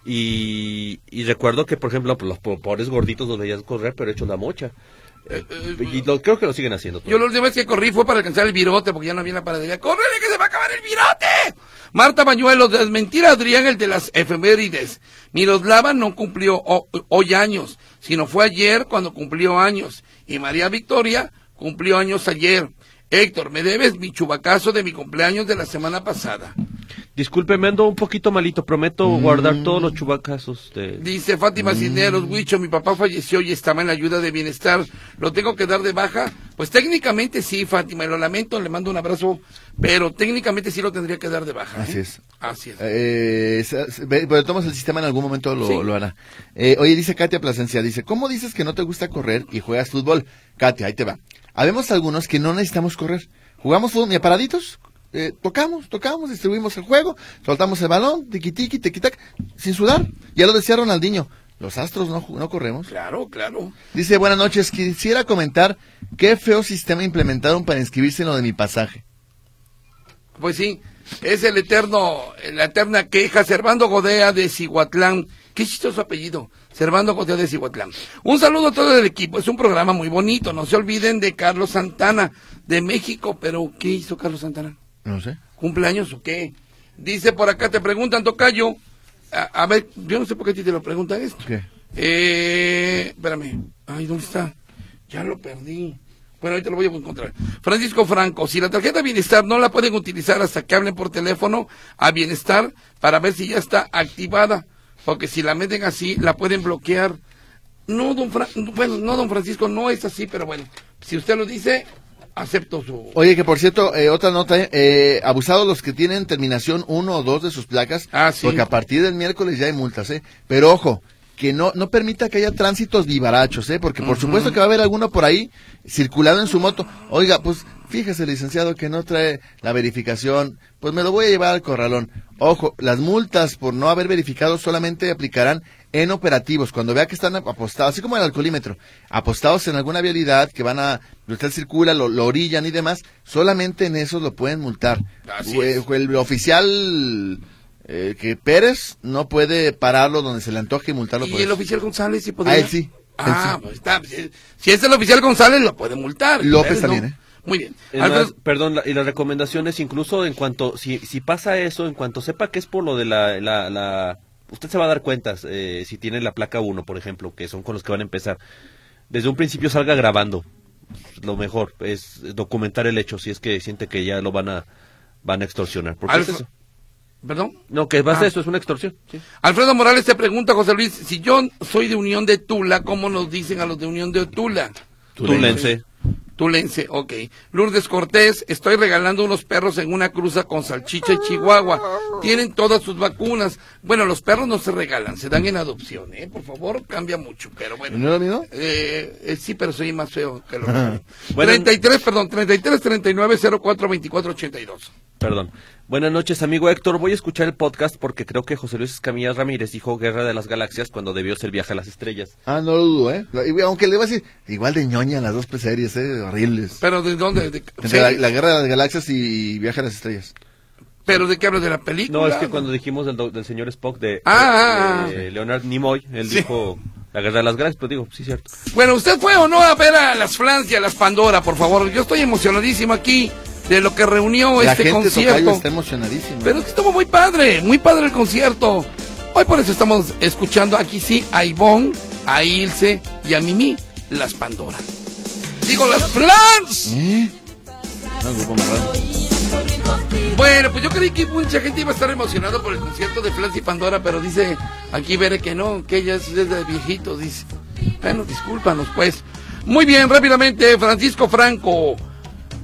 Speaker 1: Y, y recuerdo que, por ejemplo, pues, los po- pobres gorditos los veías correr, pero hecho una mocha. Eh, y lo- creo que lo siguen haciendo.
Speaker 2: Yo la
Speaker 1: todavía.
Speaker 2: última vez que corrí fue para alcanzar el virote, porque ya no había la paradería. ¡Córrele que se va a acabar el virote! Marta Bañuelos, desmentir a Adrián el de las efemérides. Miroslava no cumplió ho- hoy años, sino fue ayer cuando cumplió años. Y María Victoria cumplió años ayer. Héctor, me debes mi chubacazo de mi cumpleaños de la semana pasada.
Speaker 1: Discúlpeme, ando un poquito malito. Prometo guardar todos los chubacazos. De...
Speaker 2: Dice
Speaker 3: Mm.
Speaker 2: Fátima Cisneros, Huicho, mi papá falleció y estaba en la ayuda de bienestar. ¿Lo tengo que dar de baja? Pues técnicamente sí, Fátima, y lo lamento, le mando un abrazo, pero técnicamente sí lo tendría que dar de baja.
Speaker 3: Así
Speaker 2: ¿eh?
Speaker 3: es.
Speaker 2: Así es.
Speaker 3: Eh, sa- sa- ve- pero tomas el sistema en algún momento lo,
Speaker 2: Sí.
Speaker 3: lo hará. Eh, oye, dice Katia Plasencia, dice, ¿cómo dices que no te gusta correr y juegas fútbol? Katia, ahí te va. Habemos algunos que no necesitamos correr. Jugamos fútbol ni a paraditos. eh, tocamos, tocamos, distribuimos el juego, soltamos el balón, tiqui tiqui, tiqui tac, sin sudar. Ya lo decía Ronaldinho, los astros no, ju- no corremos.
Speaker 2: Claro, claro.
Speaker 3: Dice, buenas noches, quisiera comentar qué feo sistema implementaron para inscribirse en lo de mi pasaje.
Speaker 2: Pues sí, es el eterno, la eterna queja, Servando Godea de Cihuatlán. Qué chistoso apellido, Servando Godea de Cihuatlán. Un saludo a todo el equipo, es un programa muy bonito, no se olviden de Carlos Santana, de México, pero ¿qué hizo Carlos Santana?
Speaker 3: No sé.
Speaker 2: ¿Cumpleaños o qué? Dice por acá, te preguntan, Tocayo. A, a ver, yo no sé por qué a ti te lo preguntan esto.
Speaker 3: ¿Qué?
Speaker 2: Eh, espérame. Ay, ¿dónde está? Ya lo perdí. Bueno, ahorita lo voy a encontrar. Francisco Franco, si la tarjeta Bienestar no la pueden utilizar hasta que hablen por teléfono a Bienestar para ver si ya está activada, porque si la meten así, la pueden bloquear. No, don Fra- bueno, no, don Francisco, no es así, pero bueno, si usted lo dice, acepto su...
Speaker 3: Oye, que por cierto, eh, otra nota, eh, abusados los que tienen terminación uno o dos de sus placas,
Speaker 2: Ah, sí.
Speaker 3: porque a partir del miércoles ya hay multas, ¿eh? Pero ojo, que no, no permita que haya tránsitos vivarachos, ¿eh? Porque por supuesto que va a haber alguno por ahí circulando en su moto. Oiga, pues fíjese, licenciado, que no trae la verificación, pues me lo voy a llevar al corralón. Ojo, las multas por no haber verificado solamente aplicarán en operativos, cuando vea que están apostados, así como el alcoholímetro, apostados en alguna vialidad que van a, usted circula, lo, lo orillan y demás, solamente en esos lo pueden multar. Eh,
Speaker 2: Así
Speaker 3: O-
Speaker 2: es.
Speaker 3: El oficial eh, que Pérez no puede pararlo donde se le antoje y multarlo por
Speaker 2: ¿Y el
Speaker 3: eso.
Speaker 2: oficial González sí podría?
Speaker 3: Ah, él sí, él
Speaker 2: Ah,
Speaker 3: sí.
Speaker 2: pues está. Si si es el oficial González, lo puede multar.
Speaker 3: López
Speaker 2: Pero
Speaker 3: también, ¿eh?
Speaker 2: Muy bien.
Speaker 1: Es
Speaker 2: Alfredo-
Speaker 1: más, perdón, la- y las recomendaciones incluso en cuanto, si, si pasa eso, en cuanto sepa que es por lo de la... la- la- usted se va a dar cuenta eh, si tiene la placa 1, por ejemplo, que son con los que van a empezar. Desde un principio salga grabando. Lo mejor es documentar el hecho si es que siente que ya lo van a, van a extorsionar. Porque es
Speaker 2: Alfa-
Speaker 1: eso.
Speaker 2: ¿Perdón?
Speaker 1: No, que va a
Speaker 2: Ah.
Speaker 1: ser eso, es una extorsión. sí.
Speaker 2: Alfredo Morales te pregunta, José Luis, si yo soy de Unión de Tula, ¿cómo nos dicen a los de Unión de Tula?
Speaker 1: Tulense.
Speaker 2: Tulense, ok. Lourdes Cortés, estoy regalando unos perros en una cruza con salchicha y chihuahua. Tienen todas sus vacunas. Bueno, los perros no se regalan, se dan en adopción, ¿eh? Por favor, cambia mucho, pero bueno.
Speaker 3: ¿No es lo mismo?
Speaker 2: Eh, eh, sí, pero soy más feo que lo
Speaker 1: Bueno,
Speaker 2: 33, perdón, 33 39 04 24 82.
Speaker 1: Perdón. Buenas noches, amigo Héctor. Voy a escuchar el podcast porque creo que José Luis Escamilla Ramírez dijo Guerra de las Galaxias cuando debió ser Viaje a las Estrellas.
Speaker 3: Ah, no lo dudo, ¿eh? Y- Aunque le iba a decir, igual de ñoña las dos series, ¿eh? Horribles.
Speaker 2: Pero ¿de dónde? De-
Speaker 3: Entre la,
Speaker 2: sí,
Speaker 3: la Guerra de las Galaxias y Viaje a las Estrellas.
Speaker 2: ¿Pero de qué hablas? ¿De la película?
Speaker 1: No, es que cuando dijimos del, do- del señor Spock de,
Speaker 2: Ah,
Speaker 1: de Leonard Nimoy, él
Speaker 2: Sí.
Speaker 1: dijo la guerra de las galaxias, pero digo, sí, cierto.
Speaker 2: Bueno, ¿usted fue o no a ver a las Francia, a las Pandora, por favor? Yo estoy emocionadísimo aquí de lo que reunió
Speaker 3: la
Speaker 2: este
Speaker 3: gente Tocayo
Speaker 2: concierto.
Speaker 3: está emocionadísima.
Speaker 2: Pero es que estuvo muy padre, muy padre el concierto. Hoy por eso estamos escuchando aquí sí a Ivonne, a Ilse y a Mimi, las Pandora. Digo, las Flans.
Speaker 3: ¿Eh? No, grupo más raro.
Speaker 2: Bueno, pues yo creí que mucha gente iba a estar emocionada por el concierto de Flans y Pandora, pero dice aquí Bere que no, que ella es desde viejito, dice. Bueno, discúlpanos pues. Muy bien, rápidamente, Francisco Franco.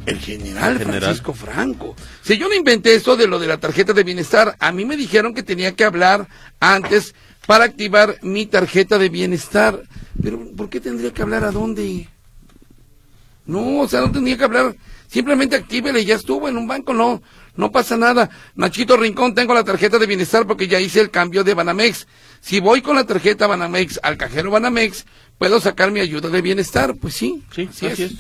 Speaker 2: El general,
Speaker 1: El general.
Speaker 2: Francisco Franco. Si yo no inventé esto de lo de la tarjeta de bienestar, a mí me dijeron que tenía que hablar antes para activar mi tarjeta de bienestar. Pero, ¿por qué tendría que hablar a dónde? No, o sea, no tenía que hablar. Simplemente actívele, ya estuvo en un banco, no, no pasa nada. Nachito Rincón, tengo la tarjeta de bienestar porque ya hice el cambio de Banamex. Si voy con la tarjeta Banamex al cajero Banamex, puedo sacar mi ayuda de bienestar. Pues sí,
Speaker 1: Sí, así es. Le-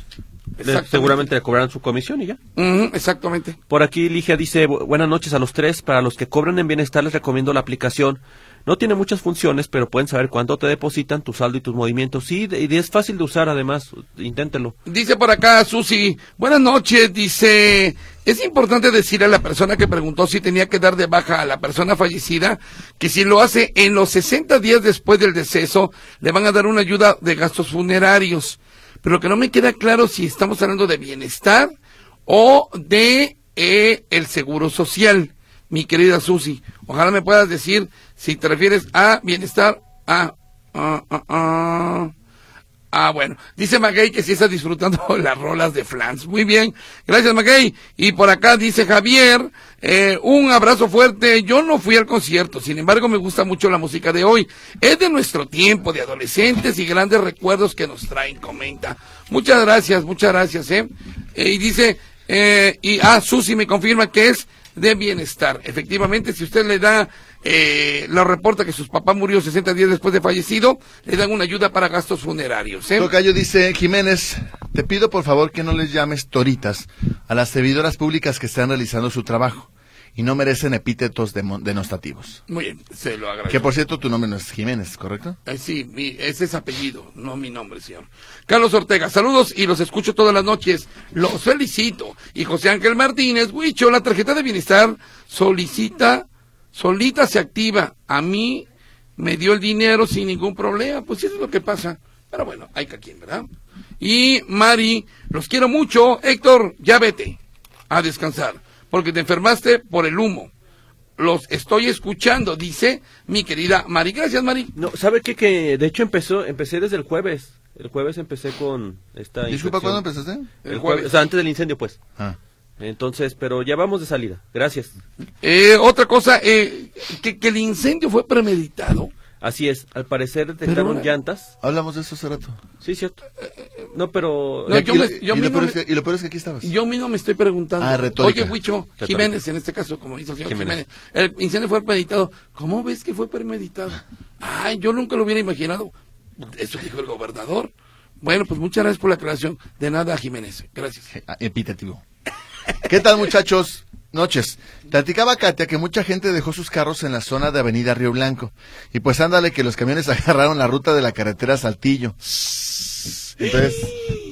Speaker 2: Exactamente.
Speaker 1: seguramente le cobrarán su comisión y ya.
Speaker 2: Ujú, exactamente.
Speaker 1: Por aquí Ligia dice, "Bu- buenas noches a los tres. Para los que cobran en bienestar les recomiendo la aplicación. No tiene muchas funciones, pero pueden saber cuánto te depositan, tu saldo y tus movimientos. Sí, de- y es fácil de usar además, inténtelo.
Speaker 2: Dice por acá Susi, buenas noches, dice, es importante decirle a la persona que preguntó si tenía que dar de baja a la persona fallecida que si lo hace en los 60 días después del deceso, le van a dar una ayuda de gastos funerarios. Pero lo que no me queda claro si estamos hablando de bienestar o de eh, el seguro social, mi querida Susi. Ojalá me puedas decir si te refieres a bienestar, a... a- a- a- Ah, bueno. Dice Maguey que sí está disfrutando las rolas de Flans. Muy bien. Gracias, Maguey. Y por acá dice Javier, eh, un abrazo fuerte. Yo no fui al concierto, sin embargo me gusta mucho la música de hoy. Es de nuestro tiempo, de adolescentes y grandes recuerdos que nos traen, comenta. Muchas gracias, muchas gracias, ¿eh? Eh, y dice, eh, y, ah, Susi me confirma que es de bienestar. Efectivamente, si usted le da, eh, la reporta que sus papás murió 60 días después de fallecido, le dan una ayuda para gastos funerarios. ¿eh?
Speaker 3: Tocayo dice, Jiménez, te pido por favor que no les llames toritas a las servidoras públicas que están realizando su trabajo y no merecen epítetos demo- denostativos.
Speaker 2: Muy bien, se lo agradezco.
Speaker 3: Que por cierto, tu nombre no es Jiménez, ¿correcto?
Speaker 2: Eh, sí, mi- ese es apellido, no mi nombre, señor. Carlos Ortega, saludos y los escucho todas las noches. Los felicito. Y José Ángel Martínez, Huicho, la tarjeta de bienestar solicita, solita se activa. A mí me dio el dinero sin ningún problema. Pues eso es lo que pasa. Pero bueno, hay que quien, ¿verdad? Y Mari, los quiero mucho. Héctor, ya vete a descansar, porque te enfermaste por el humo. Los estoy escuchando, dice mi querida Mari. Gracias, Mari.
Speaker 1: No, ¿sabe qué? Que de hecho empezó, empecé desde el jueves. El jueves empecé con esta
Speaker 3: Disculpa,
Speaker 1: infección.
Speaker 3: ¿cuándo empezaste?
Speaker 1: El jueves, o sea, antes del incendio, pues.
Speaker 3: Ah.
Speaker 1: Entonces, pero ya vamos de salida. Gracias.
Speaker 2: Eh, otra cosa, eh, que, que el incendio fue premeditado.
Speaker 1: Así es. Al parecer detectaron
Speaker 2: ahora-
Speaker 1: llantas.
Speaker 3: Hablamos de eso hace rato.
Speaker 1: Sí, cierto. No, pero...
Speaker 2: No,
Speaker 3: y,
Speaker 2: yo
Speaker 3: y-
Speaker 2: me-
Speaker 3: y
Speaker 2: yo
Speaker 3: lo
Speaker 2: mismo
Speaker 3: peor
Speaker 2: me-
Speaker 3: es que, y lo peor es que aquí estabas.
Speaker 2: Yo mismo me estoy preguntando.
Speaker 3: Ah, retórica.
Speaker 2: Oye, Huicho,
Speaker 1: Retórica.
Speaker 2: Jiménez, en este caso, como dice el señor Jiménez.
Speaker 1: Jiménez.
Speaker 2: el incendio fue premeditado. ¿Cómo ves que fue premeditado? Ay, yo nunca lo hubiera imaginado. Eso dijo el gobernador. Bueno, pues muchas gracias por la aclaración. De nada, Jiménez. Gracias.
Speaker 3: Ah, Epitativo. ¿Qué tal, muchachos? Noches. Platicaba Katia que mucha gente dejó sus carros en la zona de Avenida Río Blanco. Y pues ándale que los camiones agarraron la ruta de la carretera Saltillo. Entonces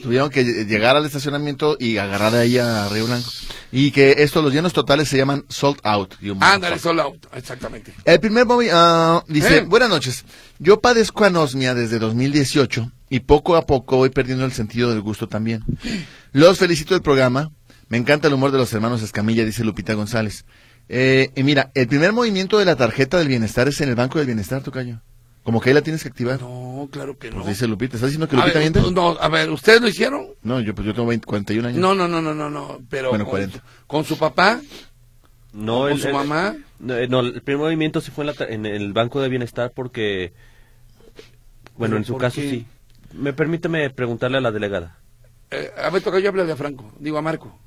Speaker 3: tuvieron que lle- llegar al estacionamiento y agarrar ahí a Río Blanco. Y que esto, los llenos totales se llaman sold out. Y un-
Speaker 2: Ándale, solo auto. Exactamente.
Speaker 3: el primer móvil ah, dice,
Speaker 2: Eh.
Speaker 3: buenas noches, yo padezco anosmia desde 2018 y poco a poco voy perdiendo el sentido del gusto también. Los felicito del programa, me encanta el humor de los hermanos Escamilla, dice Lupita González. Eh, y mira, el primer movimiento de la tarjeta del bienestar es en el Banco del Bienestar, Tocayo. Como que ahí la tienes que activar.
Speaker 2: No, claro que no.
Speaker 3: Pues dice Lupita, ¿estás diciendo que
Speaker 2: a,
Speaker 3: Lupita
Speaker 2: ver,
Speaker 3: miente?
Speaker 2: no, a ver, ¿ustedes lo hicieron?
Speaker 3: No, yo pues yo tengo 20, 41 años.
Speaker 2: No, no, no, no, no, no. Pero
Speaker 3: Bueno,
Speaker 2: con,
Speaker 3: 40.
Speaker 2: con su papá.
Speaker 1: No,
Speaker 2: ¿Con su mamá?
Speaker 1: No, eh, no, el primer movimiento sí fue en, la ta- en el Banco de Bienestar porque...
Speaker 2: ¿Pero
Speaker 1: Bueno, en su
Speaker 2: por
Speaker 1: caso
Speaker 2: qué?
Speaker 1: sí. Me permíteme preguntarle a la delegada.
Speaker 2: Eh, a ver, toca yo hablarle a Franco, digo a Marco.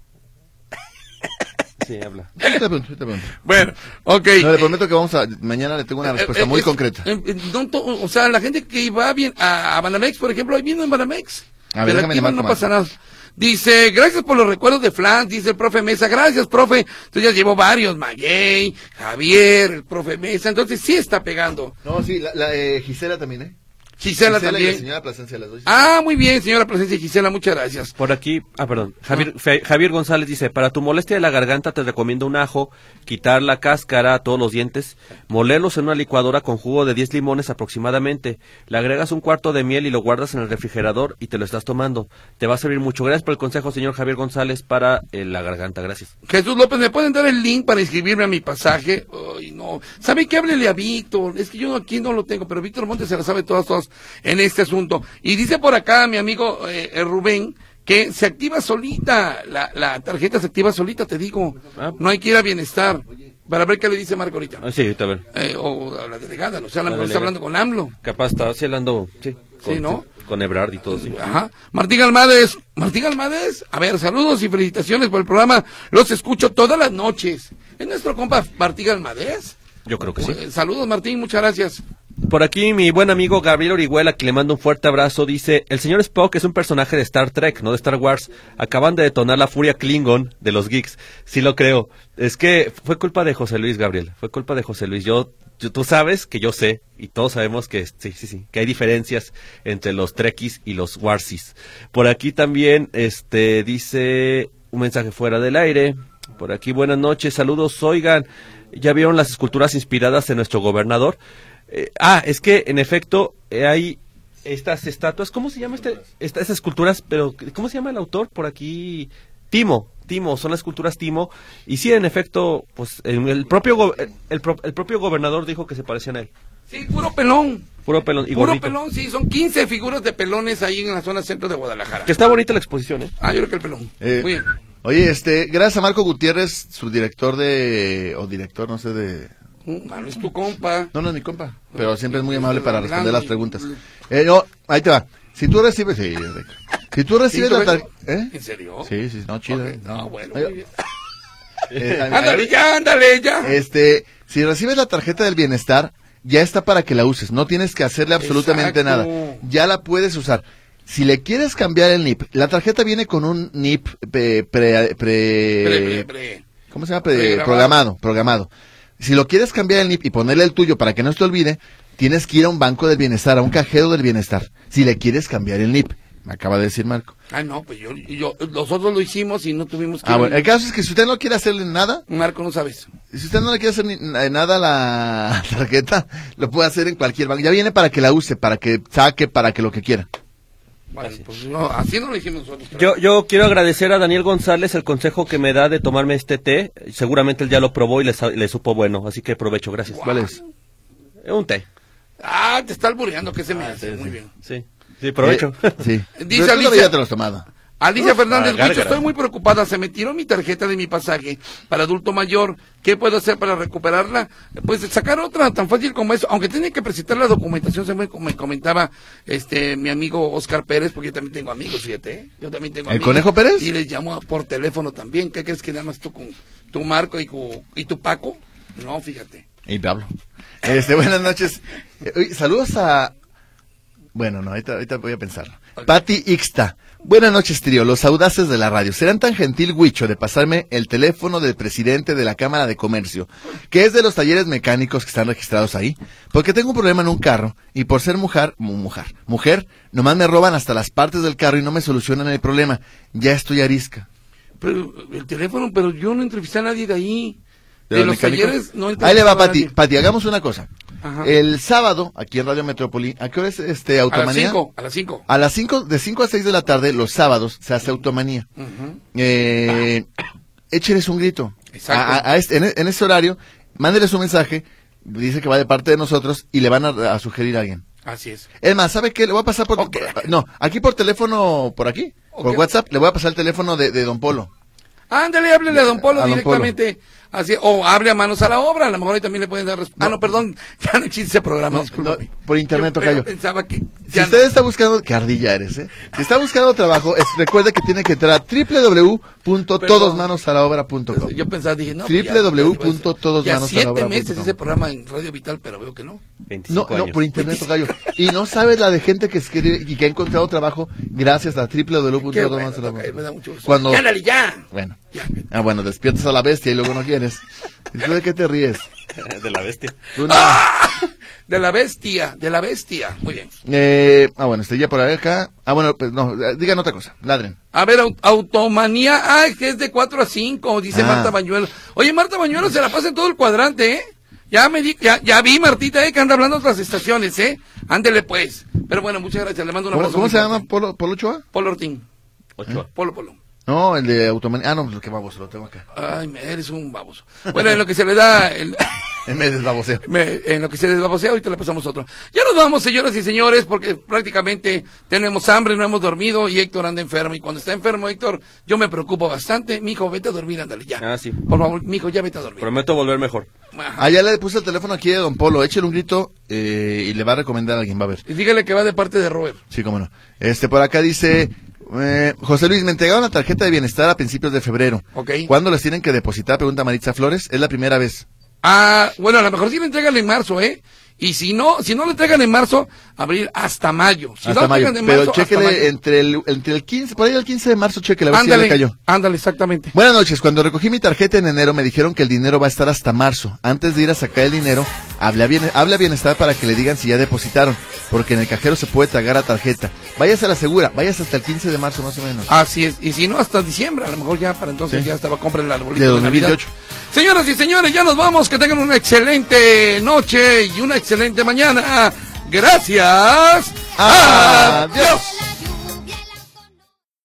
Speaker 1: Sí, habla.
Speaker 3: Yo te pregunto, yo te pregunto.
Speaker 2: Bueno, ok.
Speaker 3: No, le
Speaker 2: eh,
Speaker 3: prometo que vamos a, mañana le tengo una
Speaker 2: eh,
Speaker 3: respuesta
Speaker 2: eh,
Speaker 3: muy
Speaker 2: es-
Speaker 3: concreta.
Speaker 2: eh, eh, no to- o sea, la gente que va bien a, a Banamex, por ejemplo, ahí vino en Banamex.
Speaker 3: A ver,
Speaker 2: Pero
Speaker 3: déjame
Speaker 2: aquí
Speaker 3: llamar
Speaker 2: no
Speaker 3: con
Speaker 2: pasa
Speaker 3: Marco.
Speaker 2: nada. Dice, gracias por los recuerdos de Flans, dice el profe Mesa. Gracias, profe. Entonces ya llevó varios, Maguey, Javier, el profe Mesa. Entonces sí está pegando.
Speaker 3: No, sí, la, la, eh, Gisela también, ¿eh?
Speaker 2: Gisela,
Speaker 3: y la
Speaker 2: también.
Speaker 3: señora Plasencia, las dos.
Speaker 2: Ah, muy bien, señora Presencia Gisela, muchas gracias.
Speaker 1: Por aquí, ah, perdón. Javier, Fe- Javier González dice, para tu molestia de la garganta te recomiendo un ajo, quitar la cáscara, todos los dientes, molerlos en una licuadora con jugo de 10 limones aproximadamente, le agregas un cuarto de miel y lo guardas en el refrigerador y te lo estás tomando. Te va a servir mucho. Gracias por el consejo, señor Javier González, para eh, la garganta. Gracias.
Speaker 2: Jesús López, ¿me pueden dar el link para inscribirme a mi pasaje? Ay, no. ¿Sabe qué? Háblele a Víctor. Es que yo aquí no lo tengo, pero Víctor Montes se la sabe todas, todas en este asunto. Y dice por acá mi amigo eh, eh, Rubén que se activa solita. La, la tarjeta se activa solita, te digo.
Speaker 1: Ah.
Speaker 2: No hay que ir a bienestar. Para ver qué le dice Marco ahorita.
Speaker 1: Ah, sí, ahorita a ver.
Speaker 2: Eh, o a la delegada, no sé, a lo
Speaker 1: La
Speaker 2: mejor está
Speaker 1: delegada.
Speaker 2: hablando con AMLO.
Speaker 1: Capaz está celando, sí, con,
Speaker 2: ¿no?
Speaker 1: con Ebrard y todo, sí.
Speaker 2: Ajá. Martín Almades, Martín Almades, a ver, saludos y felicitaciones por el programa. Los escucho todas las noches. Es nuestro compa Martín Almades.
Speaker 1: Yo creo que sí.
Speaker 2: Eh, saludos Martín, muchas gracias.
Speaker 1: Por aquí mi buen amigo Gabriel Orihuela, que le mando un fuerte abrazo, dice, el señor Spock es un personaje de Star Trek, no de Star Wars. Acaban de detonar la furia Klingon de los geeks. Sí lo creo. Es que fue culpa de José Luis, Gabriel. Fue culpa de José Luis. Yo, yo- tú sabes que yo sé, y todos sabemos que sí, sí, sí, que hay diferencias entre los Trekkies y los Warsis. Por aquí también, este, dice un mensaje fuera del aire. Por aquí, buenas noches, saludos, oigan. ¿Ya vieron las esculturas inspiradas en nuestro gobernador? Eh, ah, es que en efecto eh, hay estas estatuas, ¿cómo se llama este, estas esculturas? Pero ¿cómo se llama el autor por aquí? Timo, Timo, son las esculturas Timo y sí, en efecto, pues en el propio go- el, el pro- el propio gobernador dijo que se parecían a él.
Speaker 2: Sí, puro pelón.
Speaker 1: Puro pelón y
Speaker 2: puro
Speaker 1: gordito.
Speaker 2: pelón, sí, son 15 figuras de pelones ahí en la zona centro de Guadalajara.
Speaker 1: Que está bonita la exposición, ¿eh?
Speaker 2: Ah, yo creo que el pelón.
Speaker 3: Eh,
Speaker 2: Muy bien.
Speaker 3: Oye, este, gracias a Marco Gutiérrez, subdirector de, o director, no sé, de...
Speaker 2: Uh, Mano, es tu compa.
Speaker 3: No, no es mi compa, pero siempre es muy amable para responder las preguntas. Eh, no, ahí te va. Si tú recibes... Sí, Rick. Si tú
Speaker 2: ¿Sí,
Speaker 3: recibes
Speaker 2: tú
Speaker 3: la...
Speaker 2: ves?
Speaker 3: tar- ¿Eh?
Speaker 2: ¿En serio?
Speaker 3: Sí, sí, no, chido. eh,
Speaker 2: Ah,
Speaker 3: No,
Speaker 2: bueno.
Speaker 3: Ahí-
Speaker 2: muy bien.
Speaker 3: eh, ahí-
Speaker 2: Ándale ya, ándale ya.
Speaker 3: Este, si recibes la tarjeta del bienestar, ya está para que la uses. No tienes que hacerle absolutamente
Speaker 2: Exacto.
Speaker 3: nada. Ya la puedes usar. Si le quieres cambiar el NIP, la tarjeta viene con un NIP pe- pre- pre-
Speaker 2: Pre, pre, pre.
Speaker 3: ¿Cómo se llama? Pre-
Speaker 2: Pregrabado.
Speaker 3: programado, programado. Si lo quieres cambiar el NIP y ponerle el tuyo para que no se te olvide, tienes que ir a un banco del bienestar, a un cajero del bienestar. Si le quieres cambiar el NIP, me acaba de decir Marco.
Speaker 2: Ah, no, pues yo, yo, nosotros lo hicimos y no tuvimos que.
Speaker 3: Ah, bueno, el caso es que si usted no quiere hacerle nada,
Speaker 2: Marco, no sabes.
Speaker 3: Si usted no le quiere hacer ni- na- nada a la tarjeta, lo puede hacer en cualquier banco. Ya viene para que la use, para que saque, para que lo que quiera.
Speaker 2: Bueno, pues no, así no lo hicimos nosotros.
Speaker 1: Yo, yo quiero agradecer a Daniel González el consejo que me da de tomarme este té. Seguramente él ya lo probó y le, sa- le supo bueno, así que provecho, gracias.
Speaker 3: ¿Cuál es?
Speaker 1: Eh, Un té.
Speaker 2: Ah, te está albureando, que se me hace. Muy bien.
Speaker 1: Sí. Sí, provecho.
Speaker 3: Eh, sí.
Speaker 2: Dice
Speaker 3: Pero tú
Speaker 2: Alicia-
Speaker 3: todavía te lo has tomado.
Speaker 2: Alicia Fernández,
Speaker 1: ah,
Speaker 2: Wicho,
Speaker 1: gárgara.
Speaker 2: estoy muy preocupada. Se me tiró mi tarjeta de mi pasaje para adulto mayor. ¿Qué puedo hacer para recuperarla? Pues sacar otra tan fácil como eso. Aunque tiene que presentar la documentación, se me, me comentaba este mi amigo Oscar Pérez, porque yo también tengo amigos, fíjate. ¿eh? Yo también tengo
Speaker 3: ¿El
Speaker 2: amigos.
Speaker 3: Conejo Pérez?
Speaker 2: Y les llamo por teléfono también. ¿Qué crees que nada más tú con tu Marco y, cu- y tu Paco? No, fíjate.
Speaker 3: Y Pablo. Este, buenas noches. Eh, uy, saludos a. Bueno, no, ahorita, ahorita voy a pensarlo. Patti Ixta. Buenas noches, trío. Los audaces de la radio. Serán tan gentil, Huicho, de pasarme el teléfono del presidente de la Cámara de Comercio, que es de los talleres mecánicos que están registrados ahí, porque tengo un problema en un carro y por ser mujer, mu- mujer, mujer, nomás me roban hasta las partes del carro y no me solucionan el problema. Ya estoy arisca.
Speaker 2: Pero el teléfono, pero yo no entrevisté a nadie de ahí. De,
Speaker 3: ¿De
Speaker 2: los
Speaker 3: los mecánicos?
Speaker 2: talleres no
Speaker 3: Ahí le
Speaker 2: entrevisté a
Speaker 3: va, Pati.
Speaker 2: nadie.
Speaker 3: Pati, hagamos una cosa.
Speaker 2: Ajá.
Speaker 3: El sábado, aquí en Radio Metrópoli, ¿a qué hora es este,
Speaker 2: A las
Speaker 3: Automanía?
Speaker 2: 5, a las 5.
Speaker 3: A las 5, de 5 a 6 de la tarde, los sábados, se hace Automanía. Eh, écheles un grito.
Speaker 2: Exacto.
Speaker 3: A- a- a este- en, e- en ese horario, mándeles un mensaje, dice que va de parte de nosotros y le van a, a sugerir a alguien.
Speaker 2: Así es.
Speaker 3: Es más, ¿sabe qué? Le voy a pasar por...
Speaker 2: Ok.
Speaker 3: No, aquí por teléfono, por aquí, por
Speaker 2: Ok.
Speaker 3: WhatsApp, le voy a pasar el teléfono de, de Don Polo.
Speaker 2: Ándale, háblele a Don Polo
Speaker 3: A don
Speaker 2: directamente. Así, o hable a manos a la obra, a lo mejor ahí también le pueden dar respuesta. Ah, no, perdón, ya no existe ese programa,
Speaker 3: No,
Speaker 2: discúlpame.
Speaker 3: no, por internet,
Speaker 2: Yo
Speaker 3: tocayo.
Speaker 2: pensaba que
Speaker 3: Si
Speaker 2: ya no.
Speaker 3: usted está buscando, qué ardilla eres, ¿eh? Si está buscando trabajo, es- recuerde que tiene que entrar a www.todosmanosalaobra.com.
Speaker 2: Yo pensaba, dije, no. pues
Speaker 3: www.todosmanosalaobra.com.
Speaker 2: Ya siete meses ese programa en Radio Vital, pero veo que no.
Speaker 1: 25
Speaker 3: No, no,
Speaker 1: años.
Speaker 3: por internet, tocayo. Y no sabes la de gente que escribe y que ha encontrado trabajo gracias a
Speaker 2: Qué bueno, tocayo, me da
Speaker 3: www.todosmanosalaobra.com.
Speaker 2: mucho gusto.
Speaker 3: Cuando,
Speaker 2: Ya, ándale, ya.
Speaker 3: bueno,
Speaker 2: Ya.
Speaker 3: ah, bueno, despiertas a la bestia y luego no quieres. ¿Y tú de qué te ríes?
Speaker 1: De la bestia.
Speaker 3: Tú no.
Speaker 2: De la bestia, de la bestia. Muy bien.
Speaker 3: Eh, ah, bueno, estoy ya por acá. Ah, bueno, pues no, eh, digan otra cosa, ladren.
Speaker 2: A ver, au- automanía. Ah, es que es de 4 a 5, dice
Speaker 3: Ah.
Speaker 2: Marta Bañuelo. Oye, Marta Bañuelo se la pasa en todo el cuadrante, ¿eh? Ya me di, ya, ya vi, Martita, eh, que anda hablando otras estaciones, ¿eh? Ándele, pues. Pero bueno, muchas gracias. Le mando un
Speaker 3: ¿Cómo,
Speaker 2: abrazo.
Speaker 3: cómo
Speaker 2: muy
Speaker 3: se
Speaker 2: fuerte.
Speaker 3: llama? ¿Polo, Polo Ochoa?
Speaker 2: Polo Ortín.
Speaker 1: Ochoa.
Speaker 2: Polo, Polo.
Speaker 3: No, el de Automan. Ah, no, pues, qué baboso, lo tengo acá.
Speaker 2: Ay, me- eres un baboso. Bueno, en lo que se le da el...
Speaker 3: En vez del baboseo.
Speaker 2: Me- en lo que se desbabosea, ahorita le pasamos otro. Ya nos vamos, señoras y señores, porque prácticamente tenemos hambre, no hemos dormido y Héctor anda enfermo. Y cuando está enfermo, Héctor, yo me preocupo bastante. Mijo, vete a dormir, ándale ya.
Speaker 1: Ah, sí.
Speaker 2: Por favor, mijo, ya vete a dormir.
Speaker 1: Prometo volver mejor.
Speaker 2: Ajá.
Speaker 3: Ah, ya le puse el teléfono aquí de Don Polo. Échale un grito eh, y le va a recomendar a alguien, va a ver.
Speaker 2: Y dígale que va de parte de Robert.
Speaker 3: Sí, cómo no. Este, por acá dice... eh, José Luis, me entregaron la tarjeta de bienestar a principios de febrero.
Speaker 2: Ok.
Speaker 3: ¿Cuándo les tienen que depositar? Pregunta Maritza Flores. Es la primera vez.
Speaker 2: Ah, bueno, a lo mejor sí le entregan en marzo, ¿eh? Y si no, si no le entregan en marzo, abrir hasta mayo. Si
Speaker 3: hasta
Speaker 2: Ah, no
Speaker 3: mayo.
Speaker 2: entregan en
Speaker 3: Pero
Speaker 2: marzo, hasta mayo.
Speaker 3: chéquele entre el, entre el 15, por ahí el 15 de marzo, chéquele, a ver si ya
Speaker 2: ándale,
Speaker 3: le cayó.
Speaker 2: ándale, exactamente.
Speaker 3: Buenas noches, cuando recogí mi tarjeta en enero me dijeron que el dinero va a estar hasta marzo. Antes de ir a sacar el dinero, habla bien, habla bienestar para que le digan si ya depositaron, porque en el cajero se puede tragar la tarjeta. Váyase a la segura, váyase hasta el 15 de marzo más o menos.
Speaker 2: Así Ah, es, y si no, hasta diciembre, a lo mejor ya para entonces
Speaker 3: Sí.
Speaker 2: ya estaba compra el arbolito
Speaker 3: De
Speaker 2: de Navidad.
Speaker 3: 2018.
Speaker 2: Señoras y señores, ya nos vamos, que tengan una excelente noche y una excelente mañana. Gracias.
Speaker 3: Adiós.
Speaker 2: Adiós.